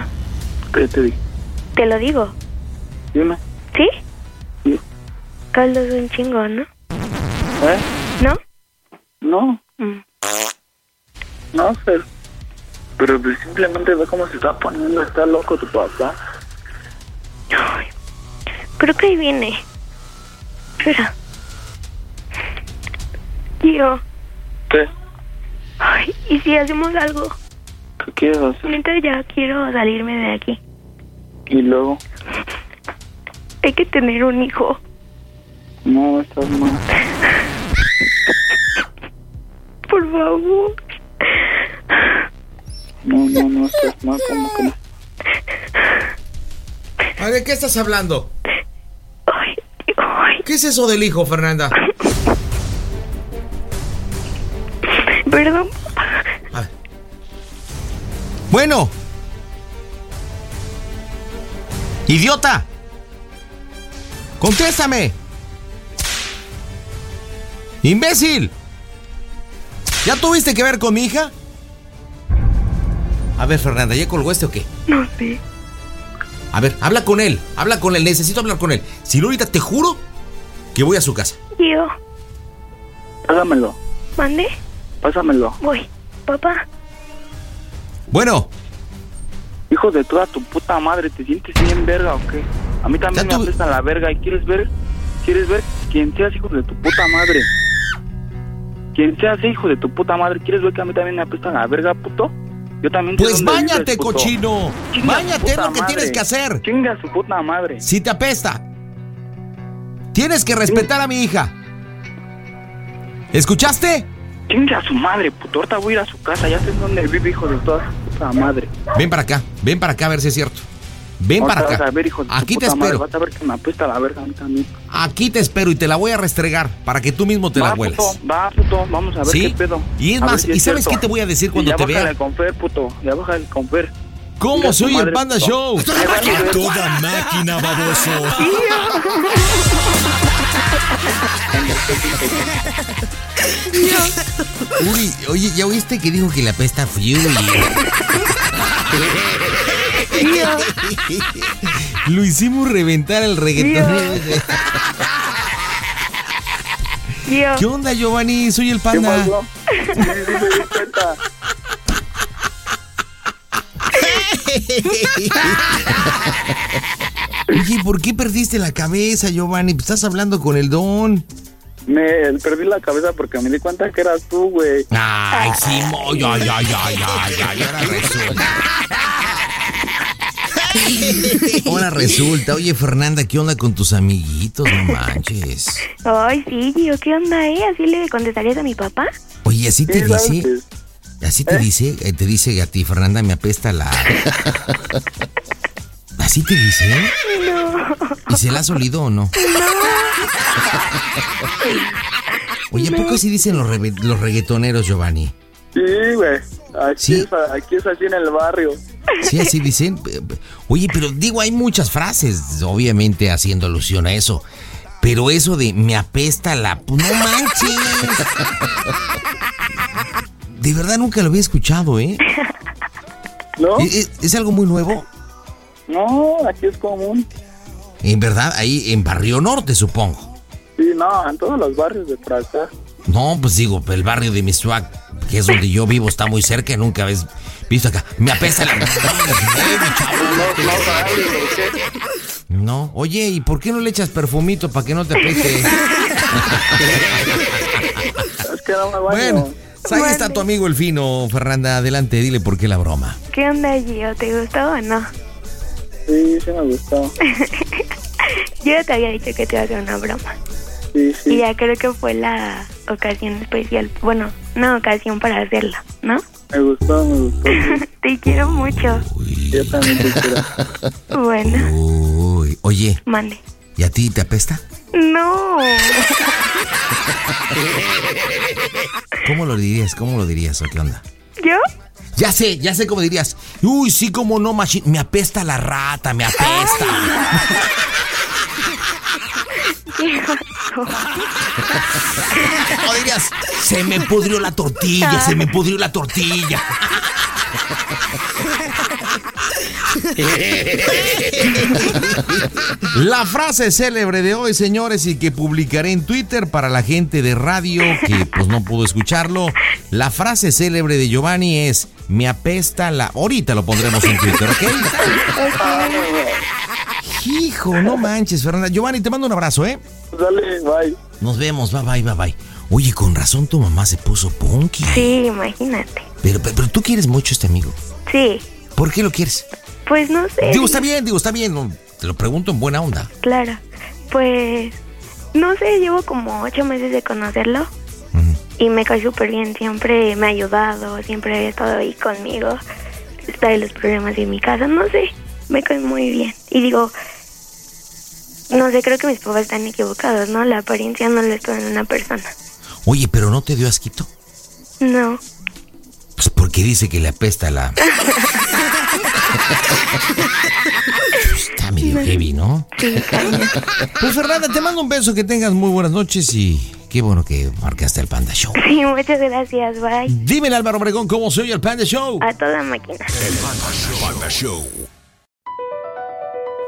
Speaker 19: ¿Qué te dije?
Speaker 16: Te lo digo,
Speaker 19: Dime.
Speaker 16: ¿sí? Caldo es un chingo, ¿no?
Speaker 19: ¿Eh?
Speaker 16: ¿No?
Speaker 19: No.
Speaker 16: Mm.
Speaker 19: No, pero... Pero pues simplemente ve cómo se está poniendo. Está loco tu papá.
Speaker 16: Creo que ahí viene. Espera. Tío,
Speaker 19: ¿Qué?
Speaker 16: ay, ¿y si hacemos algo?
Speaker 19: ¿Qué quieres hacer?
Speaker 16: Mientras ya quiero salirme de aquí.
Speaker 19: Y luego...
Speaker 16: Hay que tener un hijo.
Speaker 19: No, estás mal.
Speaker 16: Por favor.
Speaker 19: No, no, no, estás mal. ¿Cómo que no?
Speaker 2: Ay, ¿De qué estás hablando? ¿Qué es eso del hijo, Fernanda?
Speaker 16: Perdón.
Speaker 2: Bueno. Idiota. Contéstame. Imbécil. ¿Ya tuviste que ver con mi hija? A ver, Fernanda, ¿ya colgó este o qué?
Speaker 16: No sé.
Speaker 2: A ver, habla con él, habla con él, necesito hablar con él. Si no, ahorita te juro que voy a su casa.
Speaker 16: Tío,
Speaker 19: Pásamelo.
Speaker 16: ¿mande?
Speaker 19: Pásamelo.
Speaker 16: Voy. Papá,
Speaker 2: Bueno.
Speaker 19: Hijo de toda tu puta madre, ¿te sientes bien verga o qué? A mí también me apesta la verga y quieres ver, quieres ver quien seas hijo de tu puta madre. Quien seas hijo de tu puta madre, ¿quieres ver que a mí también me apesta la verga, puto? Yo también sé
Speaker 2: Pues
Speaker 19: dónde vives,
Speaker 2: báñate,
Speaker 19: puto.
Speaker 2: cochino.
Speaker 19: Chinga su
Speaker 2: Báñate, es
Speaker 19: puta
Speaker 2: lo que tienes
Speaker 19: madre.
Speaker 2: que hacer.
Speaker 19: Chinga su puta madre.
Speaker 2: Si te apesta. Tienes que respetar a mi hija. ¿Escuchaste?
Speaker 19: Chinga a su madre, puto. Ahorita voy a ir a su casa, ya sé dónde vive, hijo de toda su puta madre.
Speaker 2: Ven para acá, ven para acá a ver si es cierto. Ven
Speaker 19: Ahorita
Speaker 2: para acá.
Speaker 19: vas a ver, hijo de tu
Speaker 2: Aquí te
Speaker 19: puta madre,
Speaker 2: espero.
Speaker 19: Vas a ver que me apesta la verga a mí también.
Speaker 2: Aquí te espero y te la voy a restregar para que tú mismo te la
Speaker 19: va,
Speaker 2: huelas.
Speaker 19: puto, va, puto, vamos a ver
Speaker 2: ¿Sí?
Speaker 19: qué pedo.
Speaker 2: Y es
Speaker 19: A ver
Speaker 2: más,
Speaker 19: si
Speaker 2: ¿y sabes
Speaker 19: cierto.
Speaker 2: qué te voy a decir cuando
Speaker 19: ya
Speaker 2: te
Speaker 19: baja
Speaker 2: vea?
Speaker 19: el confer, puto, ya baja el confer.
Speaker 2: ¿Cómo
Speaker 19: Chinga
Speaker 2: se
Speaker 19: su
Speaker 2: oye
Speaker 19: madre,
Speaker 2: el Panda
Speaker 19: puto.
Speaker 2: Show?
Speaker 19: Ya vas a ver.
Speaker 7: Toda máquina baboso.
Speaker 2: <laughs> Uri, oye, ¿ya oíste que dijo que la pesta Fury? <laughs> Lo hicimos reventar el reggaetón. ¿Qué onda, Giovanni? Soy el
Speaker 19: ¿Qué
Speaker 2: panda.
Speaker 19: pasó? Sí, sí, me di cuenta.
Speaker 2: Oye, ¿por qué perdiste la cabeza, Giovanni? Pues Estás hablando con el don.
Speaker 19: Me eh, perdí la cabeza porque me di cuenta que eras tú, güey.
Speaker 2: Ay, sí, mo- ya, ya, ya, ya, ya, ya, ahora resulta. Ahora resulta, oye Fernanda, ¿qué onda con tus amiguitos? No manches.
Speaker 16: Ay, sí, Gio, ¿qué onda, eh? ¿Así le contestarías a mi papá?
Speaker 2: Oye, así te
Speaker 16: Sí, ¿sabes
Speaker 2: dice. Así te dice, eh, te dice a ti, Fernanda, me apesta la. ¿Así te dice?
Speaker 16: No,
Speaker 2: ¿Y se la has olido o no? Oye, ¿a poco así dicen los, rebe- los reggaetoneros, Giovanni?
Speaker 19: Sí, güey. Aquí, es, aquí es así en el barrio.
Speaker 2: Sí, así dicen. P- p- Oye, pero digo, hay muchas frases, obviamente haciendo alusión a eso. Pero eso de me apesta la... p- No manches. De verdad nunca lo había escuchado, ¿eh? ¿No? ¿Es, es algo muy nuevo?
Speaker 19: No, aquí es común.
Speaker 2: En verdad, ahí en Barrio Norte, supongo.
Speaker 19: Sí, no, en todos los barrios de por acá.
Speaker 2: No, pues digo, el barrio de Mistuac, que es donde yo vivo, está muy cerca, nunca ves visto acá. Me apesta la. No, oye, ¿y por qué no le echas perfumito para que no te apeste?
Speaker 19: Es que no me baño.
Speaker 2: Bueno, ahí está tu amigo el fino, Fernanda. Adelante, dile por qué la broma.
Speaker 16: ¿Qué onda, Gio? ¿Te gustó o no?
Speaker 19: Sí, sí me gustó.
Speaker 16: <laughs> Yo ya te había dicho que te iba a hacer una broma.
Speaker 19: Sí, sí.
Speaker 16: Y ya creo que fue la ocasión especial. Bueno, una ocasión para hacerla, ¿no?
Speaker 19: Me gustó, me gustó.
Speaker 16: te <laughs> quiero mucho.
Speaker 19: Yo también te quiero.
Speaker 16: Bueno,
Speaker 2: Uy, oye,
Speaker 16: mande.
Speaker 2: ¿y a ti te apesta?
Speaker 16: No. <laughs>
Speaker 2: ¿Cómo lo dirías? ¿Cómo lo dirías o qué onda?
Speaker 16: ¿Yo?
Speaker 2: Ya sé, ya sé cómo dirías. Uy, sí, cómo no, machín. Me apesta la rata, me apesta. O dirías, se me pudrió la tortilla, se me pudrió la tortilla. La frase célebre de hoy, señores, y que publicaré en Twitter para la gente de radio que pues no pudo escucharlo. La frase célebre de Giovanni es me apesta la. Ahorita lo pondremos en Twitter, ¿ok? Hijo, no manches, Fernanda. Giovanni, te mando un abrazo, ¿eh?
Speaker 19: Dale, bye.
Speaker 2: Nos vemos, bye bye, bye bye. Oye, con razón tu mamá se puso punky.
Speaker 16: Sí, imagínate.
Speaker 2: Pero, pero, pero tú quieres mucho a este amigo.
Speaker 16: Sí,
Speaker 2: ¿Por qué lo quieres?
Speaker 16: pues no sé.
Speaker 2: Digo, está bien, digo, está bien. no, te lo pregunto en buena onda.
Speaker 16: Claro. Pues no sé, llevo como ocho meses de conocerlo. Y me cae súper bien, siempre me ha ayudado, siempre ha estado ahí conmigo, está en los problemas de mi casa, no sé, me cae muy bien. Y digo, no sé, creo que mis papás están equivocados, ¿no? La apariencia no lo es todo en una persona.
Speaker 2: Oye, pero no te dio asquito.
Speaker 16: No, <laughs>
Speaker 2: Pues porque dice que le apesta la. Está medio heavy, ¿no? Pues Fernanda, te mando un beso, que tengas muy buenas noches y qué bueno que marcaste el Panda Show.
Speaker 16: sí, muchas gracias, bye.
Speaker 2: Dime, Álvaro Obregón, ¿cómo soy el Panda Show?
Speaker 16: A toda máquina.